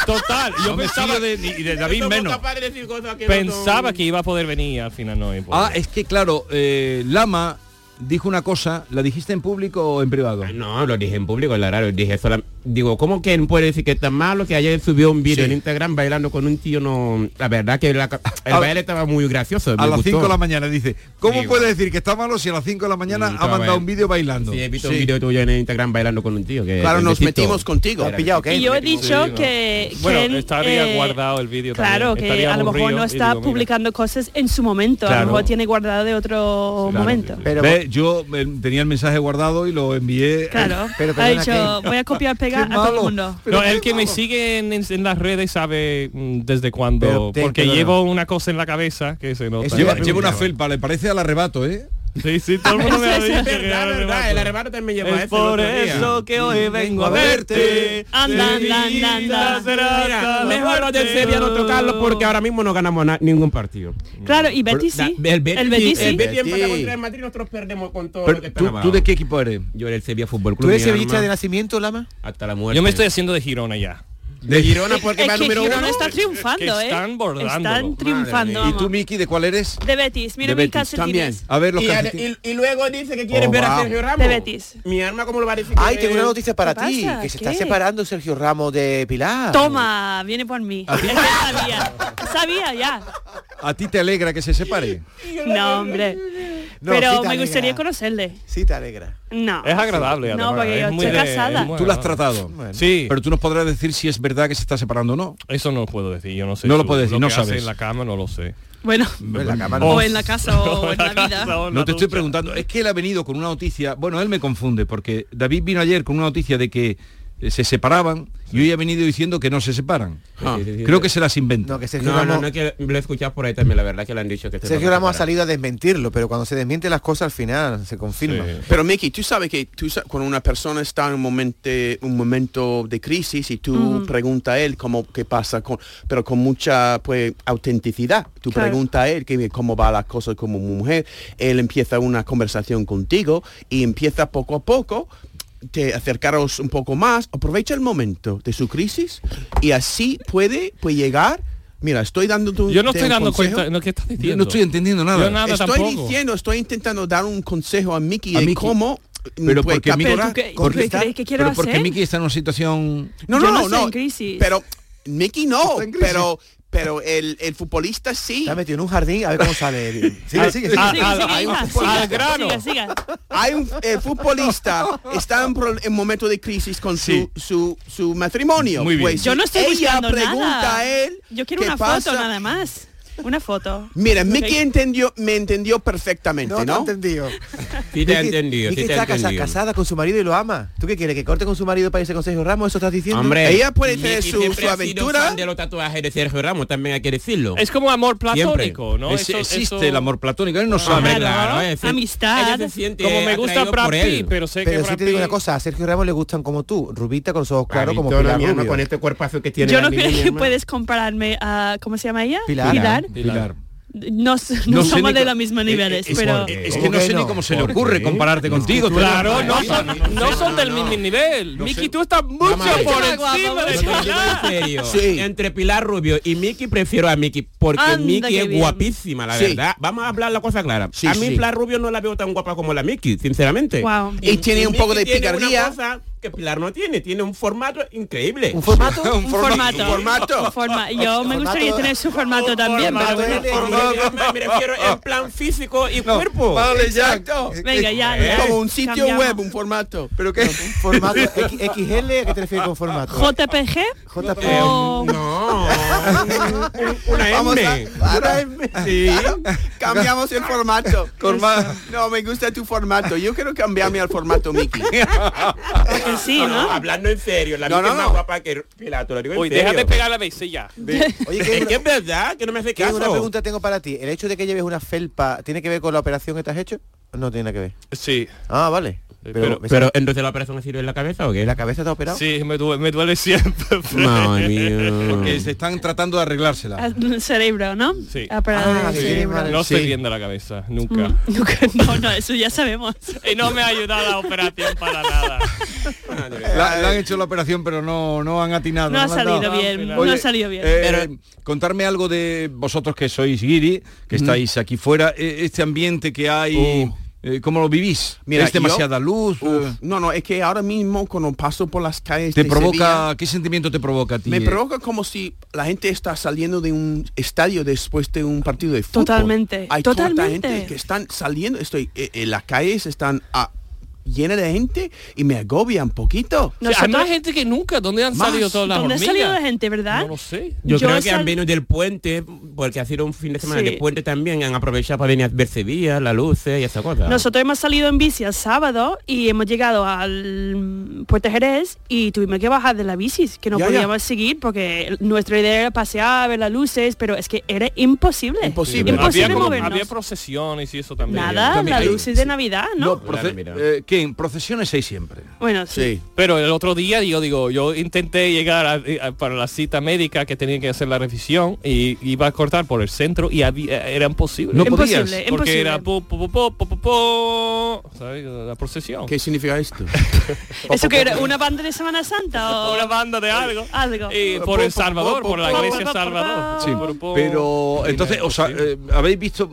Speaker 4: total, yo
Speaker 2: No me
Speaker 4: pensaba
Speaker 2: fío de, ni- de David
Speaker 7: Somos
Speaker 2: menos.
Speaker 7: capaces de decir cosas que no
Speaker 4: pensaba
Speaker 7: son-
Speaker 4: que iba a poder venir, al final no. he podido.
Speaker 2: Ah, es que claro, eh, Lama dijo una cosa, ¿la dijiste en público o en privado?
Speaker 7: Ah, No, lo dije en público, la verdad, lo dije sola. Digo, ¿cómo que él puede decir que es tan malo que ayer subió un vídeo en Instagram bailando con un tío? No, la verdad que la- el
Speaker 2: A-
Speaker 7: baile estaba muy gracioso.
Speaker 2: A
Speaker 7: me
Speaker 2: las
Speaker 7: gustó.
Speaker 2: 5 de la mañana dice, ¿cómo
Speaker 7: Digo.
Speaker 2: puede decir que está malo si a las 5 de la mañana
Speaker 7: Mm,
Speaker 2: ha mandado
Speaker 7: cabrón.
Speaker 2: un vídeo bailando?
Speaker 7: Sí, he visto
Speaker 5: Sí.
Speaker 7: un vídeo tuyo en Instagram bailando con un tío. Que
Speaker 5: Claro,
Speaker 7: que
Speaker 5: nos
Speaker 7: insisto.
Speaker 5: metimos contigo.
Speaker 6: ¿Lo has pillado qué?
Speaker 3: Y yo he
Speaker 7: Sí,
Speaker 3: dicho
Speaker 4: digo.
Speaker 3: que
Speaker 4: Bueno,
Speaker 3: Ken,
Speaker 4: estaría guardado el vídeo
Speaker 3: Claro,
Speaker 4: también,
Speaker 3: que
Speaker 4: estaría
Speaker 3: a lo mejor
Speaker 4: aburrido
Speaker 3: no
Speaker 4: y
Speaker 3: está
Speaker 4: digo, mira.
Speaker 3: publicando cosas en su momento, a lo
Speaker 4: Claro.
Speaker 3: mejor tiene guardado de otro momento.
Speaker 6: Pero,
Speaker 2: Ve, Yo eh, tenía el mensaje guardado y lo
Speaker 4: eh,
Speaker 2: envié.
Speaker 3: Claro,
Speaker 6: Pero
Speaker 3: ha
Speaker 6: perdona,
Speaker 3: dicho,
Speaker 6: Ken.
Speaker 3: voy a copiar, pegar a
Speaker 2: Qué
Speaker 3: todo
Speaker 2: malo.
Speaker 3: el mundo.
Speaker 4: No, el que me sigue en, en- en las redes sabe mm, desde
Speaker 6: Pero
Speaker 4: cuándo,
Speaker 6: te-
Speaker 4: porque
Speaker 6: pero no.
Speaker 4: llevo una cosa en la cabeza que se nota.
Speaker 6: Eso
Speaker 2: Lleva,
Speaker 6: Sí,
Speaker 2: lleva una
Speaker 6: sí.
Speaker 2: felpa, le parece al arrebato, ¿eh?
Speaker 4: Sí, sí,
Speaker 3: Ah,
Speaker 4: todo el
Speaker 7: (laughs)
Speaker 4: mundo me ha
Speaker 3: Sí, sí,
Speaker 4: dicho
Speaker 3: sí.
Speaker 4: que
Speaker 7: Verdad,
Speaker 4: era
Speaker 7: verdad,
Speaker 4: arrebato.
Speaker 7: el arrebato también llevó a
Speaker 4: Es
Speaker 7: eso el
Speaker 4: por
Speaker 7: otro día.
Speaker 4: eso que hoy vengo a verte.
Speaker 3: Anda, anda, anda, anda.
Speaker 4: Sevilla será
Speaker 7: Mira, mejor lo del Sevilla no tocarlo porque ahora mismo no ganamos na- ningún partido.
Speaker 3: Claro, y Betty sí.
Speaker 7: Da-
Speaker 3: El Betty sí.
Speaker 7: El Betis
Speaker 5: Betis.
Speaker 7: empata contra el Madrid, nosotros perdemos con todo
Speaker 2: Pero,
Speaker 7: lo que está
Speaker 2: ¿tú,
Speaker 7: abajo.
Speaker 2: tú de qué equipo eres?
Speaker 7: Yo era el Sevilla Fútbol Club.
Speaker 6: ¿Tú eres
Speaker 7: mi
Speaker 6: sevillista
Speaker 7: alma,
Speaker 6: de nacimiento, Lama?
Speaker 7: Hasta la muerte.
Speaker 4: Yo me estoy haciendo de Girona ya.
Speaker 7: de Girona porque
Speaker 3: Es
Speaker 7: va
Speaker 3: que
Speaker 7: número
Speaker 3: Girona
Speaker 7: uno.
Speaker 3: está triunfando,
Speaker 4: que
Speaker 3: ¿eh?
Speaker 4: están bordándolo.
Speaker 3: Están
Speaker 4: Madre
Speaker 3: triunfando.
Speaker 2: ¿Y tú,
Speaker 3: vamos.
Speaker 2: Miki, de cuál eres?
Speaker 3: De Betis, mira
Speaker 2: De
Speaker 3: mi
Speaker 2: Betis,
Speaker 3: calcetines.
Speaker 2: A ver, los
Speaker 7: Y,
Speaker 2: calcetines.
Speaker 7: y- y luego dice que quiere
Speaker 5: Oh,
Speaker 7: ver a
Speaker 5: wow.
Speaker 7: Sergio Ramos.
Speaker 3: De Betis.
Speaker 7: Mi arma como lo va a decir. que
Speaker 6: Ay,
Speaker 7: ve-
Speaker 6: tengo una noticia para
Speaker 3: ¿Qué
Speaker 6: ti,
Speaker 3: pasa?
Speaker 6: que se está
Speaker 3: ¿Qué?
Speaker 6: separando Sergio Ramos de Pilar.
Speaker 3: Toma, viene por mí.
Speaker 6: Ah,
Speaker 3: Es que (laughs) sabía. Sabía ya.
Speaker 2: ¿A ti te alegra que se separe?
Speaker 3: No, hombre.
Speaker 6: No, sí
Speaker 3: Pero
Speaker 6: te
Speaker 3: me gustaría
Speaker 6: alegra.
Speaker 3: conocerle.
Speaker 6: Sí, te alegra.
Speaker 3: No.
Speaker 4: Es agradable,
Speaker 3: No,
Speaker 4: además.
Speaker 3: porque
Speaker 4: es
Speaker 3: yo
Speaker 4: muy
Speaker 3: estoy
Speaker 4: de-
Speaker 3: casada.
Speaker 4: es muy
Speaker 2: Tú lo has
Speaker 4: agradable.
Speaker 2: tratado.
Speaker 4: Sí,
Speaker 2: Pero tú nos podrás decir si es verdad que se está separando o no.
Speaker 4: eso no puedo decir, yo no sé.
Speaker 2: No lo
Speaker 4: tú,
Speaker 2: puedes decir,
Speaker 4: que
Speaker 2: no
Speaker 4: hace
Speaker 2: sabes.
Speaker 4: en la cama no lo sé.
Speaker 3: Bueno,
Speaker 6: En la cama no.
Speaker 3: o en la casa
Speaker 6: (laughs)
Speaker 3: o en la vida.
Speaker 2: No te estoy preguntando, es que él ha venido con una noticia, bueno, él me confunde, porque David vino ayer con una noticia de que eh, se separaban y hoy ha venido diciendo que no se separan.
Speaker 4: Ah.
Speaker 7: Sí, sí, sí,
Speaker 2: Creo
Speaker 7: sí.
Speaker 2: que se las inventa.
Speaker 6: No, que Sergio
Speaker 7: No,
Speaker 6: Ramos,
Speaker 7: no, no, que lo he escuchado por ahí también, la verdad que le han dicho que este se
Speaker 6: Sergio
Speaker 7: van a
Speaker 6: Ramos ha
Speaker 7: separar.
Speaker 6: salido a desmentirlo, pero cuando se desmiente las cosas al final se confirma.
Speaker 4: Sí.
Speaker 5: Pero Mickey, tú sabes que tú, sa- cuando una persona está en un momento, un momento de crisis y tú pregunta a él cómo qué pasa con, pero con mucha pues autenticidad. Tú
Speaker 3: Claro.
Speaker 5: pregunta a él que, cómo va las cosas como mujer. Él empieza una conversación contigo y empieza poco a poco te acercaros un poco más. Aprovecha el momento de su crisis y así puede pues llegar. Mira, estoy dando tu
Speaker 4: Yo no
Speaker 5: te
Speaker 4: estoy
Speaker 5: un
Speaker 4: dando
Speaker 5: consejo.
Speaker 4: cuenta, no, ¿qué estás
Speaker 2: Yo
Speaker 4: diciendo?
Speaker 2: no estoy entendiendo nada.
Speaker 4: Yo nada
Speaker 5: Estoy
Speaker 4: tampoco.
Speaker 5: diciendo, Eh, estoy intentando dar un consejo a Mickey
Speaker 2: A
Speaker 5: de
Speaker 2: Miki.
Speaker 5: cómo pues,
Speaker 2: Pero
Speaker 5: puede
Speaker 2: porque Miki-
Speaker 3: Pero
Speaker 5: capturar-
Speaker 3: tú qué,
Speaker 2: Porque
Speaker 3: qué
Speaker 2: está-
Speaker 3: crees que quiero
Speaker 2: pero porque
Speaker 3: hacer?
Speaker 2: Miki está en una situación
Speaker 5: No,
Speaker 3: Yo
Speaker 5: no,
Speaker 3: no
Speaker 5: no,
Speaker 3: estoy en crisis.
Speaker 5: Pero Mickey no,
Speaker 2: Está en crisis.
Speaker 5: pero pero el, el futbolista sí.
Speaker 6: Está metido en un jardín, a ver
Speaker 5: (laughs)
Speaker 6: cómo sale. Sigue, sigue, sigue.
Speaker 4: Ah,
Speaker 3: Sigue,
Speaker 4: al-
Speaker 3: sigue,
Speaker 4: al-
Speaker 3: hija,
Speaker 4: al
Speaker 3: siga,
Speaker 4: grano.
Speaker 3: siga, siga.
Speaker 5: Hay un el futbolista está en, pro- en momento de crisis con
Speaker 2: Sí.
Speaker 5: su, su su matrimonio.
Speaker 2: Muy bien.
Speaker 5: Pues,
Speaker 3: Yo no estoy
Speaker 5: ella
Speaker 3: buscando
Speaker 5: pregunta
Speaker 3: nada.
Speaker 5: a él.
Speaker 3: Yo quiero
Speaker 5: qué
Speaker 3: una
Speaker 5: pasa-
Speaker 3: foto nada más. Una foto.
Speaker 5: Mira,
Speaker 3: Ok.
Speaker 5: Mickey entendió, me entendió perfectamente,
Speaker 6: No,
Speaker 5: ¿no?
Speaker 6: no he entendido.
Speaker 7: Sí te he
Speaker 6: Vicky-
Speaker 7: entendido,
Speaker 6: Vicky
Speaker 7: sí te he
Speaker 6: está casa-
Speaker 7: entendido.
Speaker 6: casada con su marido y lo ama. ¿Tú qué quieres? ¿Que corte con su marido para irse con Sergio Ramos? ¿Eso estás diciendo?
Speaker 7: Hombre,
Speaker 5: Ella puede tener
Speaker 7: Miki
Speaker 5: su-
Speaker 7: siempre
Speaker 5: su
Speaker 7: ha sido
Speaker 5: aventura.
Speaker 7: fan de los tatuajes de Sergio Ramos, también hay que decirlo.
Speaker 4: Es como amor platónico,
Speaker 7: Siempre.
Speaker 4: ¿no?
Speaker 2: Es-
Speaker 4: Eso-
Speaker 2: existe
Speaker 4: eso-
Speaker 2: el amor platónico, él no
Speaker 7: Ah, hombre,
Speaker 2: sabe.
Speaker 7: claro, es
Speaker 3: (laughs)
Speaker 7: decir,
Speaker 3: amistad.
Speaker 7: ella se siente
Speaker 4: Como me gusta
Speaker 7: atraído
Speaker 4: Brad
Speaker 7: por
Speaker 4: Pitt,
Speaker 7: él.
Speaker 4: pero sé que
Speaker 6: Pero sí
Speaker 4: Brad
Speaker 6: te digo una
Speaker 4: Pitt-
Speaker 6: cosa, a Sergio Ramos le gustan como tú, rubita con los ojos claros como
Speaker 7: Pavito,
Speaker 6: Pilar
Speaker 7: mi alma,
Speaker 6: Rubio.
Speaker 7: con este cuerpazo que tiene
Speaker 3: Yo
Speaker 7: la
Speaker 3: no
Speaker 7: niña,
Speaker 3: creo
Speaker 7: mi
Speaker 3: que
Speaker 7: alma.
Speaker 3: puedes compararme a... ¿Cómo se llama ella?
Speaker 6: Pilar.
Speaker 2: Pilar.
Speaker 3: No, s- no
Speaker 2: No sé
Speaker 3: somos de
Speaker 2: ni co-
Speaker 3: los mismos
Speaker 2: eh,
Speaker 3: niveles,
Speaker 2: eh, es-
Speaker 3: pero...
Speaker 2: eh, Es
Speaker 6: ¿Cómo
Speaker 2: que no
Speaker 6: que
Speaker 2: sé ni
Speaker 6: no?
Speaker 2: cómo se le
Speaker 6: ¿Por
Speaker 2: ocurre
Speaker 6: qué?
Speaker 2: compararte contigo. pero-
Speaker 4: Claro, no son, no son del mismo nivel. Miki, tú estás mucho
Speaker 7: Vamos a ver.
Speaker 4: por
Speaker 3: Yo estaba
Speaker 4: encima
Speaker 3: guapa,
Speaker 4: de
Speaker 7: Yo
Speaker 3: mucho.
Speaker 7: te lo
Speaker 4: ella.
Speaker 7: digo en serio.
Speaker 5: Sí.
Speaker 7: Entre Pilar Rubio y Miki prefiero a Miki porque
Speaker 3: Anda,
Speaker 7: Miki
Speaker 3: qué
Speaker 7: es
Speaker 3: bien.
Speaker 7: guapísima, la
Speaker 5: Sí.
Speaker 7: verdad. Vamos a hablar la cosa clara.
Speaker 5: Sí,
Speaker 7: a mí
Speaker 5: sí.
Speaker 7: Pilar Rubio no la veo tan guapa como la Miki, sinceramente.
Speaker 3: Guau.
Speaker 5: Y tiene un
Speaker 7: Miki
Speaker 5: poco de
Speaker 7: tiene una
Speaker 5: picardía.
Speaker 7: cosa que Pilar no tiene, tiene un formato increíble.
Speaker 6: ¿Un
Speaker 2: (laughs)
Speaker 6: formato?
Speaker 3: Un formato.
Speaker 5: un formato.
Speaker 3: Un
Speaker 8: (laughs)
Speaker 3: forma- Yo me
Speaker 6: Formato-
Speaker 3: gustaría tener su formato también.
Speaker 6: formato
Speaker 3: pero
Speaker 6: L.
Speaker 2: ¿eh?
Speaker 3: bueno.
Speaker 7: Me refiero en plan físico y
Speaker 5: No,
Speaker 7: cuerpo.
Speaker 5: Vale, exacto.
Speaker 3: Venga, ya,
Speaker 5: Es
Speaker 3: ya.
Speaker 5: Como un sitio
Speaker 3: Cambiamos.
Speaker 5: web, un formato. Pero que
Speaker 6: Un formato X- XL, ¿a qué te refieres con formato?
Speaker 3: JPG
Speaker 6: JP.
Speaker 3: o...
Speaker 7: No, una
Speaker 5: Vamos a-
Speaker 7: M.
Speaker 5: Claro, (laughs) cambiamos
Speaker 7: (laughs)
Speaker 5: el formato. No, me gusta tu formato. Yo quiero cambiarme al
Speaker 7: (laughs)
Speaker 5: formato Mickey.
Speaker 3: que sí, ¿no?
Speaker 7: Hablando en serio, la
Speaker 5: No,
Speaker 7: Miki
Speaker 5: no,
Speaker 7: es más
Speaker 5: no.
Speaker 7: guapa que Pilar, te lo digo en
Speaker 4: Uy,
Speaker 7: serio.
Speaker 4: déjate pegar la bici ya.
Speaker 6: Oye, que
Speaker 7: Es que
Speaker 6: una,
Speaker 7: es verdad que no me hace
Speaker 6: que
Speaker 7: caso.
Speaker 6: una pregunta tengo para ti. ¿El hecho de que lleves una felpa tiene que ver con la operación que te has hecho? No tiene nada que ver.
Speaker 4: Sí,
Speaker 6: Ah, vale.
Speaker 7: Pero, pero entonces la operación ha sido en la cabeza o qué?
Speaker 6: ¿la cabeza te ha operado?
Speaker 4: sí, me duele, me duele siempre.
Speaker 7: Madre mía.
Speaker 2: Porque se están tratando de arreglársela.
Speaker 3: El cerebro, ¿no?
Speaker 4: Sí.
Speaker 3: Ah, para
Speaker 6: Ah,
Speaker 3: el
Speaker 6: sí,
Speaker 3: cerebro.
Speaker 6: vale.
Speaker 4: No estoy
Speaker 6: Sí.
Speaker 4: bien de la cabeza,
Speaker 3: Mm.
Speaker 4: nunca.
Speaker 3: Nunca- (laughs) No, no, eso ya sabemos.
Speaker 4: Y no me ha ayudado la operación para nada.
Speaker 2: La- le han hecho la operación, pero no, no han atinado.
Speaker 3: No ha
Speaker 2: han dado.
Speaker 3: salido bien, no
Speaker 2: Oye,
Speaker 3: ha salido bien.
Speaker 2: eh,
Speaker 7: Pero-
Speaker 2: contarme algo de vosotros que sois guiri, que estáis aquí fuera, eh, este ambiente que hay, eh, ¿cómo lo vivís?
Speaker 5: Mira,
Speaker 2: ¿Es demasiada luz?
Speaker 5: Uf,
Speaker 2: eh,
Speaker 5: no, no, es que ahora mismo cuando paso por las calles
Speaker 2: ¿Te
Speaker 5: de
Speaker 2: provoca, qué sentimiento te provoca a ti?
Speaker 5: Sevilla, me
Speaker 2: eh?
Speaker 5: provoca como si la gente está saliendo de un estadio después de un partido de fútbol.
Speaker 3: Totalmente,
Speaker 5: Hay tanta
Speaker 3: totalmente.
Speaker 5: gente que están saliendo, estoy eh, eh, las calles están ah, llenas de gente y me agobia un poquito.
Speaker 4: Sí, hay
Speaker 3: Nosotros-
Speaker 4: más gente que nunca. ¿Dónde han
Speaker 5: Más.
Speaker 4: salido todas las
Speaker 3: ¿Dónde ha
Speaker 4: hormigas?
Speaker 3: salido la gente, verdad?
Speaker 4: No lo sé.
Speaker 7: Yo,
Speaker 3: Yo
Speaker 7: creo que
Speaker 3: sal-
Speaker 7: han venido del puente, porque ha sido un fin de semana
Speaker 3: Sí.
Speaker 7: de puente también, han aprovechado para venir a ver Sevilla, las luces y esa cosa.
Speaker 3: Nosotros hemos salido en bici el sábado y hemos llegado al mm, Puerto Jerez y tuvimos que bajar de la bici, que no
Speaker 5: Ya, ya.
Speaker 3: podíamos seguir porque el- nuestra idea era pasear, ver las luces, pero es que era imposible.
Speaker 5: Imposible.
Speaker 3: Imposible
Speaker 4: había, como-
Speaker 3: movernos.
Speaker 4: había procesiones y eso también.
Speaker 5: ¿eh?
Speaker 3: Nada,
Speaker 2: También
Speaker 3: las
Speaker 2: hay-
Speaker 3: luces de Navidad, ¿no?
Speaker 2: No, proce-
Speaker 7: Claro, mira.
Speaker 2: eh, ¿qué? En procesiones hay siempre.
Speaker 3: Bueno,
Speaker 5: Sí.
Speaker 4: Pero el otro día yo digo, yo intenté llegar a- a- para la cita médica que tenía que hacer la revisión y iba a cortar por el centro y había- era imposible.
Speaker 2: No
Speaker 4: porque
Speaker 2: podías.
Speaker 3: imposible, imposible.
Speaker 4: era po, po, po, po, po, po, po, ¿sabes? la procesión.
Speaker 5: ¿Qué significa (laughs) esto?
Speaker 3: ¿Eso que era una banda de Semana Santa o
Speaker 4: Una banda de algo.
Speaker 3: algo?
Speaker 4: Y por el Salvador, por la
Speaker 3: po, po,
Speaker 4: iglesia
Speaker 3: po, po,
Speaker 4: Salvador.
Speaker 3: po.
Speaker 2: Sí,
Speaker 4: Po, po,
Speaker 2: pero
Speaker 4: po.
Speaker 2: entonces, o sea, eh, ¿habéis visto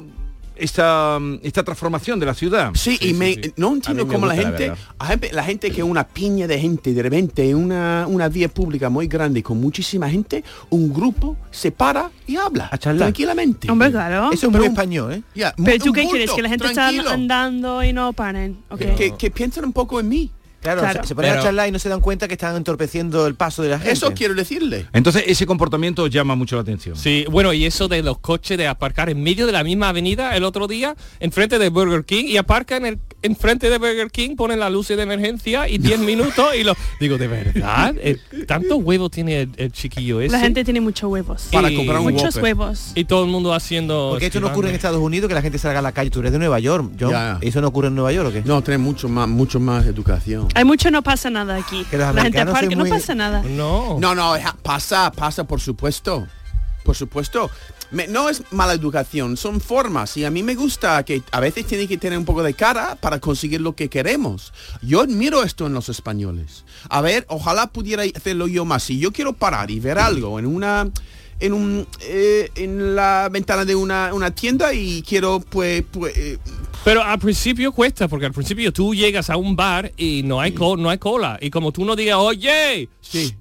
Speaker 2: esta, esta transformación de la ciudad?
Speaker 5: Sí, y
Speaker 7: sí,
Speaker 5: me,
Speaker 7: sí.
Speaker 5: no
Speaker 7: A
Speaker 5: entiendo
Speaker 7: mí me
Speaker 5: cómo la
Speaker 7: gusta, la
Speaker 5: gente,
Speaker 7: verdad.
Speaker 5: la gente, la gente que una piña de gente, de repente una, una vía pública muy grande con muchísima gente, un grupo se para y habla
Speaker 6: A charlar.
Speaker 5: tranquilamente.
Speaker 3: Hombre, claro.
Speaker 6: Eso es muy español, ¿eh?
Speaker 5: Ya, mu-
Speaker 3: pero tú
Speaker 5: un
Speaker 3: qué
Speaker 5: bulto,
Speaker 3: quieres, que la gente
Speaker 5: tranquilo,
Speaker 3: está andando y no paren. Ok.
Speaker 5: Que, que piensen un poco en mí.
Speaker 6: Claro,
Speaker 3: Claro.
Speaker 6: se- se ponen
Speaker 7: Pero-
Speaker 6: a charlar y no se dan cuenta que están entorpeciendo el paso de la gente.
Speaker 5: Eso quiero decirle.
Speaker 2: Entonces ese comportamiento os llama mucho la atención.
Speaker 4: Sí, bueno, y eso de los coches de aparcar en medio de la misma avenida el otro día, enfrente de Burger King, y aparcan en enfrente de Burger King, ponen las luces de emergencia y 10 minutos y lo... Digo, ¿de verdad? Eh, ¿Tanto huevo tiene el, el chiquillo ese?
Speaker 3: La gente tiene muchos huevos.
Speaker 4: Para comprar un
Speaker 3: Muchos
Speaker 5: Whopper.
Speaker 3: huevos.
Speaker 4: Y todo el mundo haciendo...
Speaker 6: Porque esto no ocurre en
Speaker 4: esquivando.
Speaker 6: Estados Unidos, que la gente salga a la calle. Tú eres de Nueva York, John.
Speaker 5: Ya.
Speaker 6: ¿Eso no ocurre en Nueva York o qué?
Speaker 5: No, tener mucho más, mucho más educación.
Speaker 3: Hay mucho no pasa nada aquí.
Speaker 6: Que los
Speaker 3: la gente
Speaker 6: americanos son
Speaker 3: aparca, no
Speaker 6: muy-
Speaker 3: pasa nada.
Speaker 4: No.
Speaker 5: No, no, ja- pasa, pasa, por supuesto. Por supuesto. Me- no es mala educación, son formas. Y a mí me gusta que a veces tiene que tener un poco de cara para conseguir lo que queremos. Yo admiro esto en los españoles. A ver, ojalá pudiera hacerlo yo más. Si yo quiero parar y ver algo en una... En, un, eh, en la ventana de una, una tienda y quiero pues, pues eh,
Speaker 4: Pero al principio cuesta, porque al principio tú llegas a un bar y no hay, co- no hay cola. Y como tú no digas, oye, shh,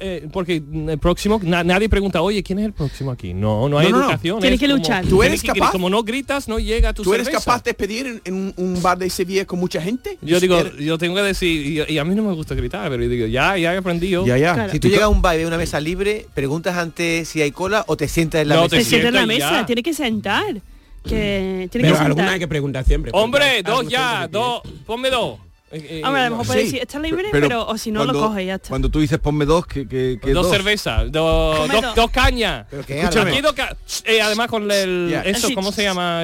Speaker 4: eh, porque el próximo, na- nadie pregunta, oye, ¿quién es el próximo aquí? No, no
Speaker 5: No,
Speaker 4: hay
Speaker 5: no, no.
Speaker 4: educación.
Speaker 3: Tienes
Speaker 4: es
Speaker 3: que
Speaker 4: como-
Speaker 3: luchar.
Speaker 5: ¿Tú
Speaker 4: tienes
Speaker 5: eres
Speaker 4: que gri-
Speaker 5: capaz?
Speaker 4: Como no gritas, no llega tu
Speaker 5: ¿Tú eres
Speaker 4: cerveza.
Speaker 5: capaz de pedir en, en un bar de Sevilla con mucha gente?
Speaker 4: Yo digo,
Speaker 5: Eres-
Speaker 4: yo tengo que decir, y, y a mí no me gusta gritar, pero yo digo, ya, ya he aprendido.
Speaker 5: Ya, ya.
Speaker 3: Claro.
Speaker 6: Si tú llegas a un baile una mesa libre, preguntas antes si hay cola o te sientas en la
Speaker 4: No,
Speaker 6: mesa.
Speaker 3: Te sientas en la
Speaker 4: sientas
Speaker 3: mesa,
Speaker 4: ya.
Speaker 3: tiene que sentar. Que tiene
Speaker 8: Pero
Speaker 3: que
Speaker 8: alguna
Speaker 3: sentar.
Speaker 8: hay que preguntar siempre. porque
Speaker 4: Hombre,
Speaker 8: algo
Speaker 4: dos
Speaker 8: siempre se
Speaker 4: ya,
Speaker 8: tiene.
Speaker 4: dos, ponme dos. Eh, eh,
Speaker 3: Hombre, a lo mejor puede
Speaker 5: Sí,
Speaker 3: decir, está libre, pero, o si no lo
Speaker 2: cuando-
Speaker 3: coge y ya está.
Speaker 2: Cuando tú dices ponme dos, que, que, que
Speaker 4: dos, cervezas, dos,
Speaker 3: Ponme
Speaker 4: dos-
Speaker 3: dos.
Speaker 4: dos cañas.
Speaker 6: Pero que,
Speaker 4: Escúchame.
Speaker 6: Álvaro.
Speaker 4: Aquí dos ca- eh, además con el
Speaker 5: Ya.
Speaker 4: eso,
Speaker 3: Así,
Speaker 4: ¿cómo se
Speaker 3: ch-
Speaker 4: llama?